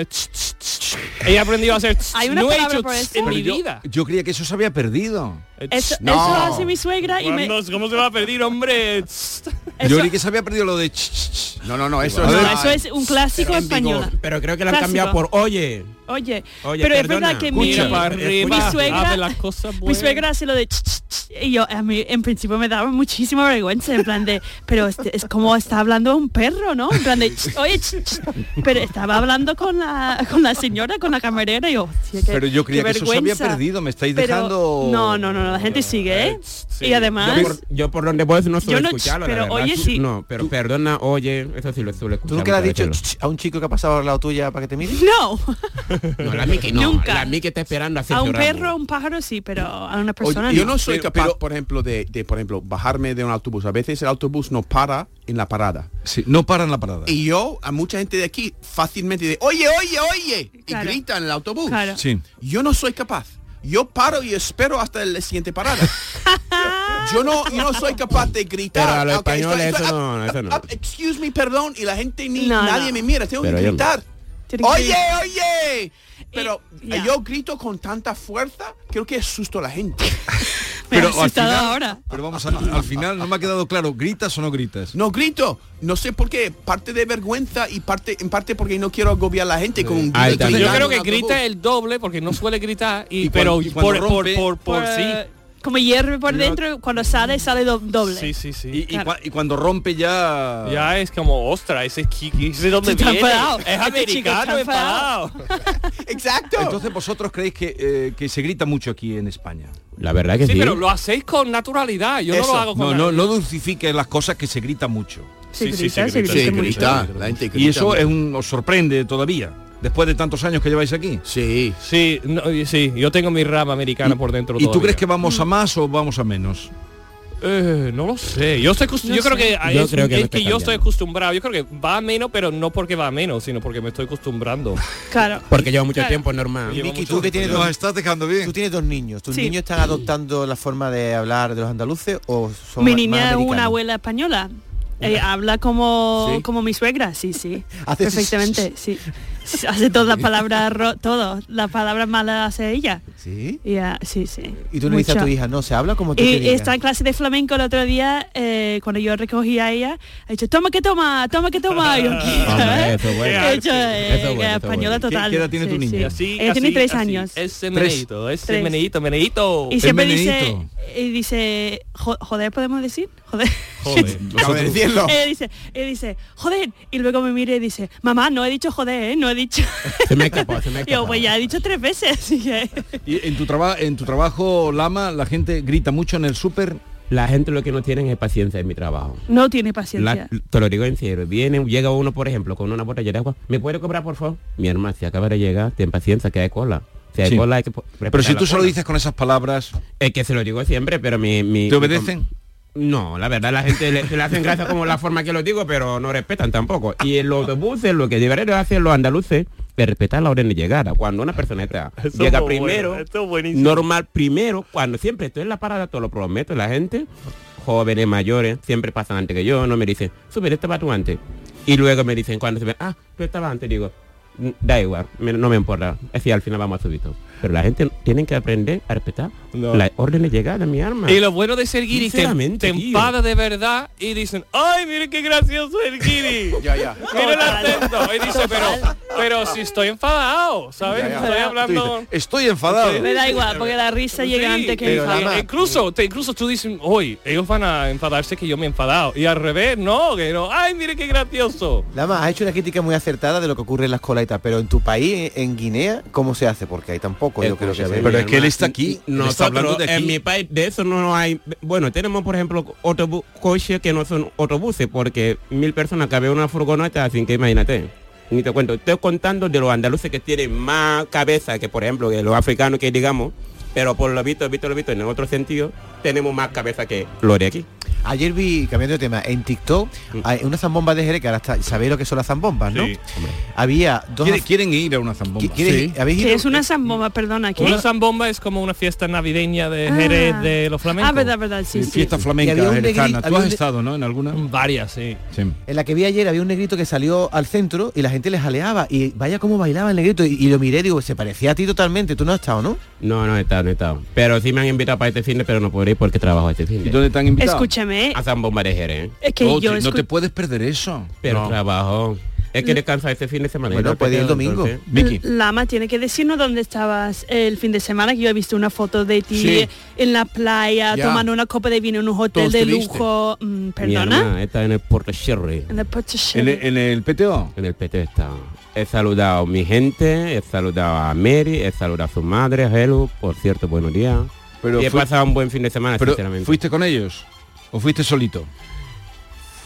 Speaker 4: He aprendido a hacer
Speaker 3: Hay una
Speaker 4: no he
Speaker 3: palabra
Speaker 4: hecho
Speaker 3: por eso.
Speaker 4: en
Speaker 3: Pero
Speaker 4: mi
Speaker 2: yo,
Speaker 4: vida.
Speaker 2: yo creía que eso se había perdido.
Speaker 3: Eso,
Speaker 5: No.
Speaker 3: eso hace mi suegra y me...
Speaker 4: ¿Cuándo? ¿Cómo se va a perder, hombre?
Speaker 2: Yo
Speaker 3: Eso,
Speaker 2: creí que se había perdido lo de... ch, ch, ch.
Speaker 5: No, no, no, eso
Speaker 3: no,
Speaker 5: es...
Speaker 3: eso es un clásico
Speaker 8: En vigor.
Speaker 3: español.
Speaker 8: Pero creo que la han
Speaker 3: Clásico.
Speaker 8: cambiado por oye.
Speaker 3: Oye,
Speaker 8: Oye,
Speaker 3: pero
Speaker 8: perdona.
Speaker 3: es verdad que mi,
Speaker 4: Mira
Speaker 8: Escucha,
Speaker 4: para arriba,
Speaker 3: suegra-
Speaker 4: hace las cosas
Speaker 3: mi
Speaker 4: buenas.
Speaker 3: suegra hace lo de... ch, ch, ch, y yo, a mí en principio me daba muchísima vergüenza, en plan de... Pero este, es como está hablando un perro, ¿no? En plan de... ch, oye, ch, ch. pero estaba hablando con la, con la señora, con la camarera, y yo... hostia, qué-
Speaker 2: Pero yo creía
Speaker 3: qué
Speaker 2: que eso se había
Speaker 3: vergüenza.
Speaker 2: perdido, me estáis
Speaker 3: Pero-
Speaker 2: dejando...
Speaker 3: No, no, no, no, la gente sigue, ¿eh?
Speaker 4: sí.
Speaker 3: Y además...
Speaker 8: Yo por, yo por donde puedo no suelo
Speaker 3: Yo no-
Speaker 8: escucharlo, la
Speaker 3: pero
Speaker 8: verdad.
Speaker 3: oye,
Speaker 8: Tú-
Speaker 3: sí.
Speaker 8: No, pero perdona, oye, eso sí lo suelo escuchar.
Speaker 6: ¿Tú nunca le has
Speaker 8: muchas
Speaker 6: dicho
Speaker 8: veces.
Speaker 6: "Ch, ch", a un chico que ha pasado al lado tuya para que te mire?
Speaker 3: No,
Speaker 8: No, la Miki no.
Speaker 3: Nunca.
Speaker 8: La Miki está esperando a
Speaker 3: a un
Speaker 8: Sergio
Speaker 3: perro, a
Speaker 8: Ramos.
Speaker 3: un pájaro sí, pero a una
Speaker 5: Oye,
Speaker 3: persona
Speaker 5: yo
Speaker 3: no.
Speaker 5: no soy
Speaker 2: Pero-
Speaker 5: capaz,
Speaker 2: pero-
Speaker 5: por ejemplo, de, de, por ejemplo, bajarme de un autobús. A veces el autobús no para en la parada.
Speaker 2: Sí, no paran la parada.
Speaker 5: Y yo, a mucha gente de aquí, fácilmente de, oye, oye, oye,
Speaker 3: Claro.
Speaker 5: y gritan en el autobús.
Speaker 3: Claro.
Speaker 2: Sí.
Speaker 5: Yo no soy capaz. Yo paro y espero hasta la
Speaker 3: (laughs)
Speaker 5: siguiente parada. Yo no, yo no soy capaz de gritar.
Speaker 8: Pero a los
Speaker 5: Ok, estoy-
Speaker 8: españoles
Speaker 5: estoy-
Speaker 8: eso
Speaker 5: ah,
Speaker 8: no, eso no.
Speaker 5: ah, ah, excuse me, perdón, y la gente ni
Speaker 3: No,
Speaker 5: nadie
Speaker 3: no.
Speaker 5: me mira, tengo
Speaker 8: Pero
Speaker 5: que
Speaker 8: yo-
Speaker 5: gritar.
Speaker 3: Tiene que-
Speaker 5: Oye, oye. Pero eh,
Speaker 3: Y- ya.
Speaker 5: yo grito con tanta fuerza, creo que asusto a la
Speaker 2: (laughs)
Speaker 5: gente.
Speaker 3: (laughs) Me he
Speaker 2: Pero al
Speaker 3: asustado
Speaker 2: final-
Speaker 3: ahora.
Speaker 2: Pero vamos, a- al final no me ha quedado claro, ¿gritas o no gritas?
Speaker 5: No grito, no sé por qué, parte de vergüenza y parte en parte porque no quiero agobiar a la gente
Speaker 2: Eh,
Speaker 5: con un grito.
Speaker 8: Ahí
Speaker 5: que dan
Speaker 8: también.
Speaker 4: Yo
Speaker 5: en
Speaker 4: creo que
Speaker 5: un autobús.
Speaker 4: grita el doble porque no suele gritar y,
Speaker 2: Y
Speaker 4: pero
Speaker 2: cuando- y cuando
Speaker 4: por, por-
Speaker 2: rompe-
Speaker 4: por por sí.
Speaker 3: eh, Como hierve por dentro, cuando sale, sale do- doble.
Speaker 4: Sí, sí, sí.
Speaker 2: Y, y
Speaker 3: Claro.
Speaker 2: cua- y cuando rompe ya...
Speaker 4: ya es como, ostra, ese Kiki, ¿de dónde
Speaker 3: Está
Speaker 4: viene?
Speaker 3: enfadado.
Speaker 4: Es
Speaker 3: Este chico está
Speaker 4: americano,
Speaker 3: enfadado.
Speaker 4: enfadado.
Speaker 8: (laughs)
Speaker 5: Exacto.
Speaker 2: Entonces vosotros creéis que, eh, que se grita mucho aquí en España.
Speaker 8: La verdad que sí.
Speaker 4: Sí, pero lo hacéis con naturalidad. Yo
Speaker 5: Eso.
Speaker 4: no lo hago con
Speaker 2: No, no,
Speaker 4: naturalidad.
Speaker 2: no dulcifiques las cosas que se grita mucho.
Speaker 3: Sí,
Speaker 4: Sí, sí,
Speaker 3: grita,
Speaker 4: sí,
Speaker 3: se
Speaker 4: grita,
Speaker 3: grita mucho.
Speaker 5: la gente
Speaker 2: Y eso es un, os sorprende todavía, después de tantos años que lleváis aquí.
Speaker 5: Sí.
Speaker 4: Sí, no, y- sí, yo tengo mi rama americana por dentro.
Speaker 2: ¿Y tú
Speaker 4: todavía.
Speaker 2: crees que vamos a más o vamos a menos?
Speaker 4: Eh, no lo sé. Yo, estoy, acus-
Speaker 3: No
Speaker 4: yo creo
Speaker 3: sé.
Speaker 4: que, ah,
Speaker 8: Yo
Speaker 4: es,
Speaker 8: creo que
Speaker 4: es
Speaker 8: no está
Speaker 4: que yo estoy
Speaker 8: cambiando.
Speaker 4: acostumbrado. Yo creo que va a menos, pero no porque va a menos, sino porque me estoy acostumbrando.
Speaker 3: Claro.
Speaker 8: Porque lleva mucho
Speaker 3: Claro.
Speaker 8: tiempo, es normal.
Speaker 4: Lleva
Speaker 6: Miki,
Speaker 4: mucho
Speaker 6: tú que tienes dos,
Speaker 2: estás dejando
Speaker 6: tú tienes dos niños. ¿Tus
Speaker 3: Sí.
Speaker 6: niños están adoptando la forma de hablar de los andaluces o son
Speaker 3: Mi
Speaker 6: más-
Speaker 3: niña
Speaker 6: más
Speaker 3: es una
Speaker 6: americanos?
Speaker 3: abuela española. Eh, habla como,
Speaker 5: ¿Sí?
Speaker 3: como mi suegra, sí, sí.
Speaker 6: Hace-
Speaker 3: Perfectamente, sí. Sí, Hace todas
Speaker 6: (laughs)
Speaker 3: las palabras, ro- todo. Las palabras malas hace ella.
Speaker 6: ¿Sí?
Speaker 3: Ya, sí, sí.
Speaker 6: Y tú le dices a tu
Speaker 3: Mucho.
Speaker 6: hija, no, se habla como tú
Speaker 3: Y, y
Speaker 6: querías.
Speaker 3: Eh, está en clase de flamenco el otro día, eh, cuando yo recogí a ella, ha dicho, toma que toma, toma que toma.
Speaker 6: (laughs)
Speaker 3: Y yo,
Speaker 8: Hombre, eso es bueno.
Speaker 3: He dicho, eh,
Speaker 8: Eso es bueno, eso es
Speaker 3: española
Speaker 8: bueno.
Speaker 2: ¿Qué-
Speaker 3: total.
Speaker 2: qué edad tiene tu niña?
Speaker 4: Y así,
Speaker 3: ella tiene
Speaker 4: así,
Speaker 3: tres
Speaker 4: así.
Speaker 3: años.
Speaker 4: Ese
Speaker 2: Tres.
Speaker 4: meneíto, ese
Speaker 3: Tres.
Speaker 4: meneíto, meneíto.
Speaker 3: Y siempre dice,
Speaker 2: meneíto.
Speaker 3: y dice, "Jo- joder, ¿podemos decir? (laughs) Joder.
Speaker 4: Joder.
Speaker 5: Acabo de decirlo.
Speaker 3: (laughs) ella dice, ella dice, joder. Y luego me mira y dice, mamá, no he dicho joder, ¿eh? no he dicho.
Speaker 8: Se me escapó, se
Speaker 3: (laughs)
Speaker 8: me
Speaker 3: Y yo,
Speaker 8: escapó.
Speaker 3: pues ya he dicho tres veces. (laughs) así que-
Speaker 2: Y en tu, traba- en tu trabajo, Lama, la gente grita mucho en el súper.
Speaker 8: La gente lo que no tienen es paciencia en mi trabajo.
Speaker 3: no tiene
Speaker 8: La-
Speaker 3: paciencia.
Speaker 8: te lo digo en serio, viene, llega uno, por ejemplo, con una botella de agua. ¿Me puede cobrar, por favor? Mi hermana, si acaba de llegar, ten paciencia, que hay cola. Si hay
Speaker 2: Sí.
Speaker 8: cola, hay que po-
Speaker 2: Pero si
Speaker 8: respetar
Speaker 2: tú
Speaker 8: la
Speaker 2: se lo
Speaker 8: cola.
Speaker 2: dices con esas palabras,
Speaker 8: Es que se lo digo siempre, pero mi... mi-
Speaker 2: ¿te
Speaker 8: mi
Speaker 2: obedecen?
Speaker 8: No, la verdad, la gente le, se le hacen gracia como la forma que lo digo, pero no respetan tampoco. Y en los autobuses, lo que deberían hacer los andaluces es respetar la orden de llegada. Cuando una persona está-
Speaker 4: Esto es
Speaker 8: llega
Speaker 4: muy bueno,
Speaker 8: primero,
Speaker 4: esto es buenísimo.
Speaker 8: normal primero, cuando siempre estoy en la parada, te lo prometo, la gente, jóvenes, mayores, siempre pasan antes que yo, no me dicen, sube, estaba tú antes. Y luego me dicen, cuando se ve, ah, tú estabas antes, digo, "Mm, da igual, me- no me importa, es decir, al final vamos a subir todo. Pero la gente tiene que aprender a respetar
Speaker 4: No.
Speaker 8: la orden de llegada, mi arma.
Speaker 4: Y lo bueno de ser guiri, te, em-
Speaker 8: Sinceramente,
Speaker 4: te
Speaker 8: tío.
Speaker 4: empada de verdad y dicen, ¡ay, miren qué gracioso el
Speaker 2: (laughs)
Speaker 4: guiri!
Speaker 5: Ya, ya.
Speaker 4: Mira el acento. Y dice, pero, pero si estoy enfadado, ¿sabes?
Speaker 5: Ya, ya.
Speaker 4: Estoy
Speaker 2: Tú
Speaker 4: hablando...
Speaker 2: dices, Estoy enfadado.
Speaker 3: Me da igual, porque la risa llega
Speaker 4: Sí,
Speaker 3: antes que
Speaker 4: pero
Speaker 3: el
Speaker 4: la-
Speaker 3: enfado.
Speaker 4: incluso, te, incluso tú dices, hoy ellos van a enfadarse que yo me he enfadado. Y al revés, no, que no, ay, mire qué gracioso.
Speaker 6: Lama, has hecho una crítica muy acertada de lo que ocurre en las
Speaker 2: Eh,
Speaker 6: colaitas, pero en tu país, en Guinea, ¿cómo se hace? Porque ahí tampoco yo creo que se
Speaker 2: Pero es que él está aquí, él está hablando
Speaker 8: nosotros
Speaker 2: de aquí.
Speaker 8: en mi país de eso no hay. Bueno, tenemos por ejemplo autobús, coches que no son autobuses porque mil personas cabe en una furgoneta, así que imagínate. Ni te cuento. Estoy contando de los andaluces que tienen más cabeza que por ejemplo que los africanos que digamos, pero por lo visto, visto, lo visto, en otro sentido tenemos más cabeza que los de aquí.
Speaker 6: Ayer vi, cambiando de tema, en TikTok hay una zambomba de Jerez, que ahora está, sabéis lo que son las zambombas, ¿no?
Speaker 2: Mm. Sí,
Speaker 6: Había dos...
Speaker 2: Quiere- Quieren ir a una
Speaker 6: ¿Qui-
Speaker 2: zambomba.
Speaker 6: quieres-
Speaker 2: Sí.
Speaker 6: ¿Habéis ido? Eh,
Speaker 3: Que es una zambomba, perdona. ¿qué?
Speaker 4: Una zambomba es como una fiesta navideña de
Speaker 3: Ah.
Speaker 4: Jerez de los flamencos.
Speaker 3: Ah, verdad, verdad, sí, sí.
Speaker 2: Fiesta
Speaker 6: Y había
Speaker 2: flamenca
Speaker 6: un
Speaker 2: jerezana.
Speaker 6: negri-
Speaker 2: Tú
Speaker 6: había un
Speaker 2: has
Speaker 6: ne-
Speaker 2: estado, ¿no? En alguna.
Speaker 4: Mm, Varias, sí.
Speaker 2: Sí.
Speaker 6: En la que vi ayer había un negrito que salió al centro y la gente le jaleaba y vaya cómo bailaba el negrito y, y lo miré digo, se parecía a ti totalmente, tú no has estado, ¿no?
Speaker 8: No, no he estado, no he estado. Pero sí me han invitado para este cine, pero no podré ir porque trabajo este
Speaker 2: ¿Y
Speaker 8: cine.
Speaker 2: dónde te han invitado?
Speaker 3: Escúchame,
Speaker 8: A Zambomba de Jerez.
Speaker 3: es que
Speaker 2: Oh,
Speaker 3: yo
Speaker 2: sí, no
Speaker 3: escu-
Speaker 2: te puedes perder eso.
Speaker 8: Pero
Speaker 2: No. pues
Speaker 8: trabajo. Es que descansa este fin de semana.
Speaker 6: Bueno,
Speaker 8: Yo
Speaker 6: puede ir el
Speaker 8: creo,
Speaker 6: domingo.
Speaker 8: entonces.
Speaker 2: Miki.
Speaker 3: Lama tiene que decirnos dónde estabas el fin de semana, que yo he visto una foto de ti
Speaker 5: Sí.
Speaker 3: en la playa,
Speaker 5: Ya.
Speaker 3: tomando una copa de vino en un hotel
Speaker 5: Todos
Speaker 3: de
Speaker 5: tristes.
Speaker 3: lujo. Mm,
Speaker 8: Mi
Speaker 3: ¿Perdona?
Speaker 8: hermana está en el Puerto Sherry.
Speaker 3: En el Puerto Sherry.
Speaker 2: ¿En el, en el PTO?
Speaker 8: En el PT está. He saludado a mi gente, he saludado a Mary, he saludado a su madre, a Helu, por cierto, buenos días.
Speaker 2: Pero,
Speaker 8: y he
Speaker 2: fui-
Speaker 8: pasado un buen fin de semana,
Speaker 2: pero
Speaker 8: sinceramente.
Speaker 2: ¿fuiste con ellos? ¿O fuiste solito?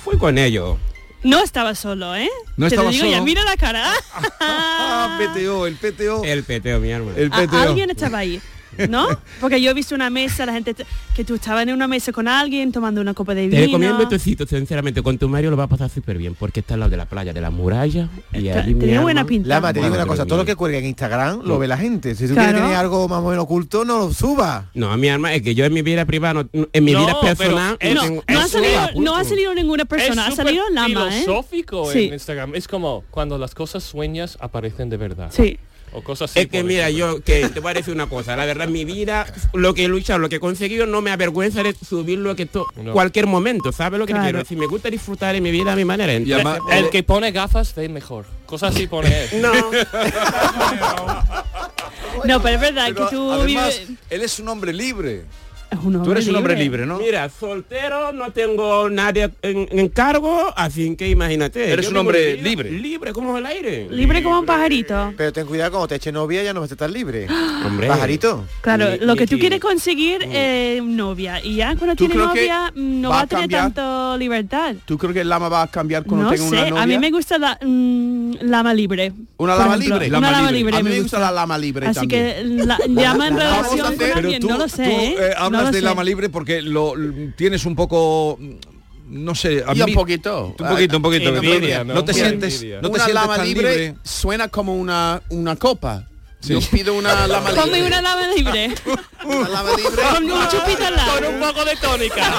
Speaker 8: Fui con ellos.
Speaker 3: No estaba solo, ¿eh?
Speaker 2: No
Speaker 3: Te lo
Speaker 2: estaba
Speaker 3: digo ya,
Speaker 2: solo.
Speaker 3: mira la cara.
Speaker 2: Ah, PTO, el PTO.
Speaker 8: El PT, mi hermano.
Speaker 2: El
Speaker 3: Ah, A-
Speaker 2: PTO.
Speaker 3: alguien estaba ahí, ¿no? Porque yo he visto una mesa, la gente... Que tú estabas en una mesa con alguien tomando una copa de
Speaker 8: Te
Speaker 3: vino.
Speaker 8: recomiendo este sitio, sinceramente, con tu Mario lo va a pasar súper bien, porque está al lado de la playa, de la muralla, y
Speaker 3: Te-
Speaker 8: allí mi
Speaker 3: Tenía buena
Speaker 8: alma-
Speaker 3: pinta.
Speaker 6: Lama, te digo
Speaker 8: Bueno,
Speaker 6: una
Speaker 8: pero
Speaker 6: cosa, todo
Speaker 8: mira.
Speaker 6: lo que cuelga en Instagram lo ve la gente. Si tú
Speaker 3: Claro.
Speaker 6: quieres tener algo más o menos oculto, no lo subas.
Speaker 8: No, mi alma es que yo en mi vida privada, no- en mi
Speaker 4: No,
Speaker 8: vida personal,
Speaker 4: pero
Speaker 3: No,
Speaker 8: tengo-
Speaker 3: no, ha
Speaker 8: es-
Speaker 3: salido,
Speaker 8: punto.
Speaker 3: no ha salido ninguna persona, ha
Speaker 4: es
Speaker 3: salido
Speaker 4: súper
Speaker 3: Lama, ¿eh?
Speaker 4: filosófico
Speaker 3: Sí.
Speaker 4: en Instagram. Es como cuando las cosas sueñas aparecen de verdad.
Speaker 3: Sí.
Speaker 4: O cosas así,
Speaker 8: Es que
Speaker 4: por
Speaker 8: mira,
Speaker 4: ejemplo.
Speaker 8: yo que te voy a decir una cosa, la verdad, mi vida, lo que he luchado, lo que he conseguido, no me avergüenza de subirlo a que to-
Speaker 4: No.
Speaker 8: cualquier momento, ¿sabes lo que te
Speaker 3: Claro.
Speaker 8: quiero decir? Me gusta disfrutar de mi vida a mi manera.
Speaker 2: Y además-
Speaker 4: El que pone gafas ve mejor. Cosas así pone él.
Speaker 8: no,
Speaker 4: (laughs)
Speaker 3: No, pero es verdad
Speaker 2: Pero
Speaker 3: que tú
Speaker 2: además,
Speaker 3: vives...
Speaker 2: él es un hombre libre.
Speaker 3: Es un
Speaker 2: Tú eres un hombre libre, ¿no?
Speaker 8: mira, soltero, no tengo nadie en, en cargo, así que imagínate.
Speaker 2: Eres
Speaker 8: yo
Speaker 2: un
Speaker 8: vivo
Speaker 2: hombre
Speaker 8: mi vida
Speaker 2: libre.
Speaker 8: Libre como el aire.
Speaker 3: Libre como un pajarito.
Speaker 6: Pero ten cuidado cuando te eche novia ya no vas a estar libre.
Speaker 8: Hombre.
Speaker 6: Pajarito.
Speaker 3: Claro,
Speaker 8: Ni-
Speaker 3: lo que tú
Speaker 8: Nicky.
Speaker 3: quieres conseguir es novia. Y ya cuando
Speaker 5: ¿Tú
Speaker 3: tienes
Speaker 5: creo que
Speaker 3: novia mm, no
Speaker 5: va
Speaker 3: va
Speaker 5: a
Speaker 3: a tener
Speaker 5: cambiar?
Speaker 3: tanto libertad.
Speaker 5: ¿Tú crees que el lama va a cambiar cuando
Speaker 3: No
Speaker 5: tenga una
Speaker 3: sé,
Speaker 5: novia?
Speaker 3: a mí me gusta la mm, lama libre.
Speaker 5: ¿Una
Speaker 3: por
Speaker 5: lama
Speaker 3: ejemplo.
Speaker 5: libre?
Speaker 3: Una lama libre.
Speaker 5: A mí
Speaker 3: me gusta.
Speaker 5: la lama libre
Speaker 3: Así
Speaker 5: también.
Speaker 3: que la, llama en
Speaker 5: Vamos a
Speaker 3: relación
Speaker 5: hacer-
Speaker 3: con
Speaker 5: Pero
Speaker 3: alguien, no lo sé.
Speaker 2: tú,
Speaker 3: ¿eh?
Speaker 2: eh,
Speaker 3: No
Speaker 2: hablas
Speaker 3: lo
Speaker 2: de
Speaker 3: sé.
Speaker 2: Lama Libre porque lo tienes un poco, mm, no sé,
Speaker 5: Y un
Speaker 2: admi-
Speaker 5: poquito.
Speaker 2: un poquito, un poquito.
Speaker 4: Envidia,
Speaker 2: no,
Speaker 4: ¿no? Un
Speaker 2: te
Speaker 4: poco de
Speaker 2: sientes,
Speaker 4: envidia.
Speaker 2: no te
Speaker 5: una
Speaker 2: sientes
Speaker 5: lama
Speaker 2: tan
Speaker 5: libre, suena como una, una copa. Yo pido
Speaker 2: (laughs)
Speaker 5: una lama libre.
Speaker 3: Ponme una lama libre.
Speaker 5: Una lama libre.
Speaker 3: con un chupito al lado.
Speaker 4: Con un poco de tónica.
Speaker 5: (laughs)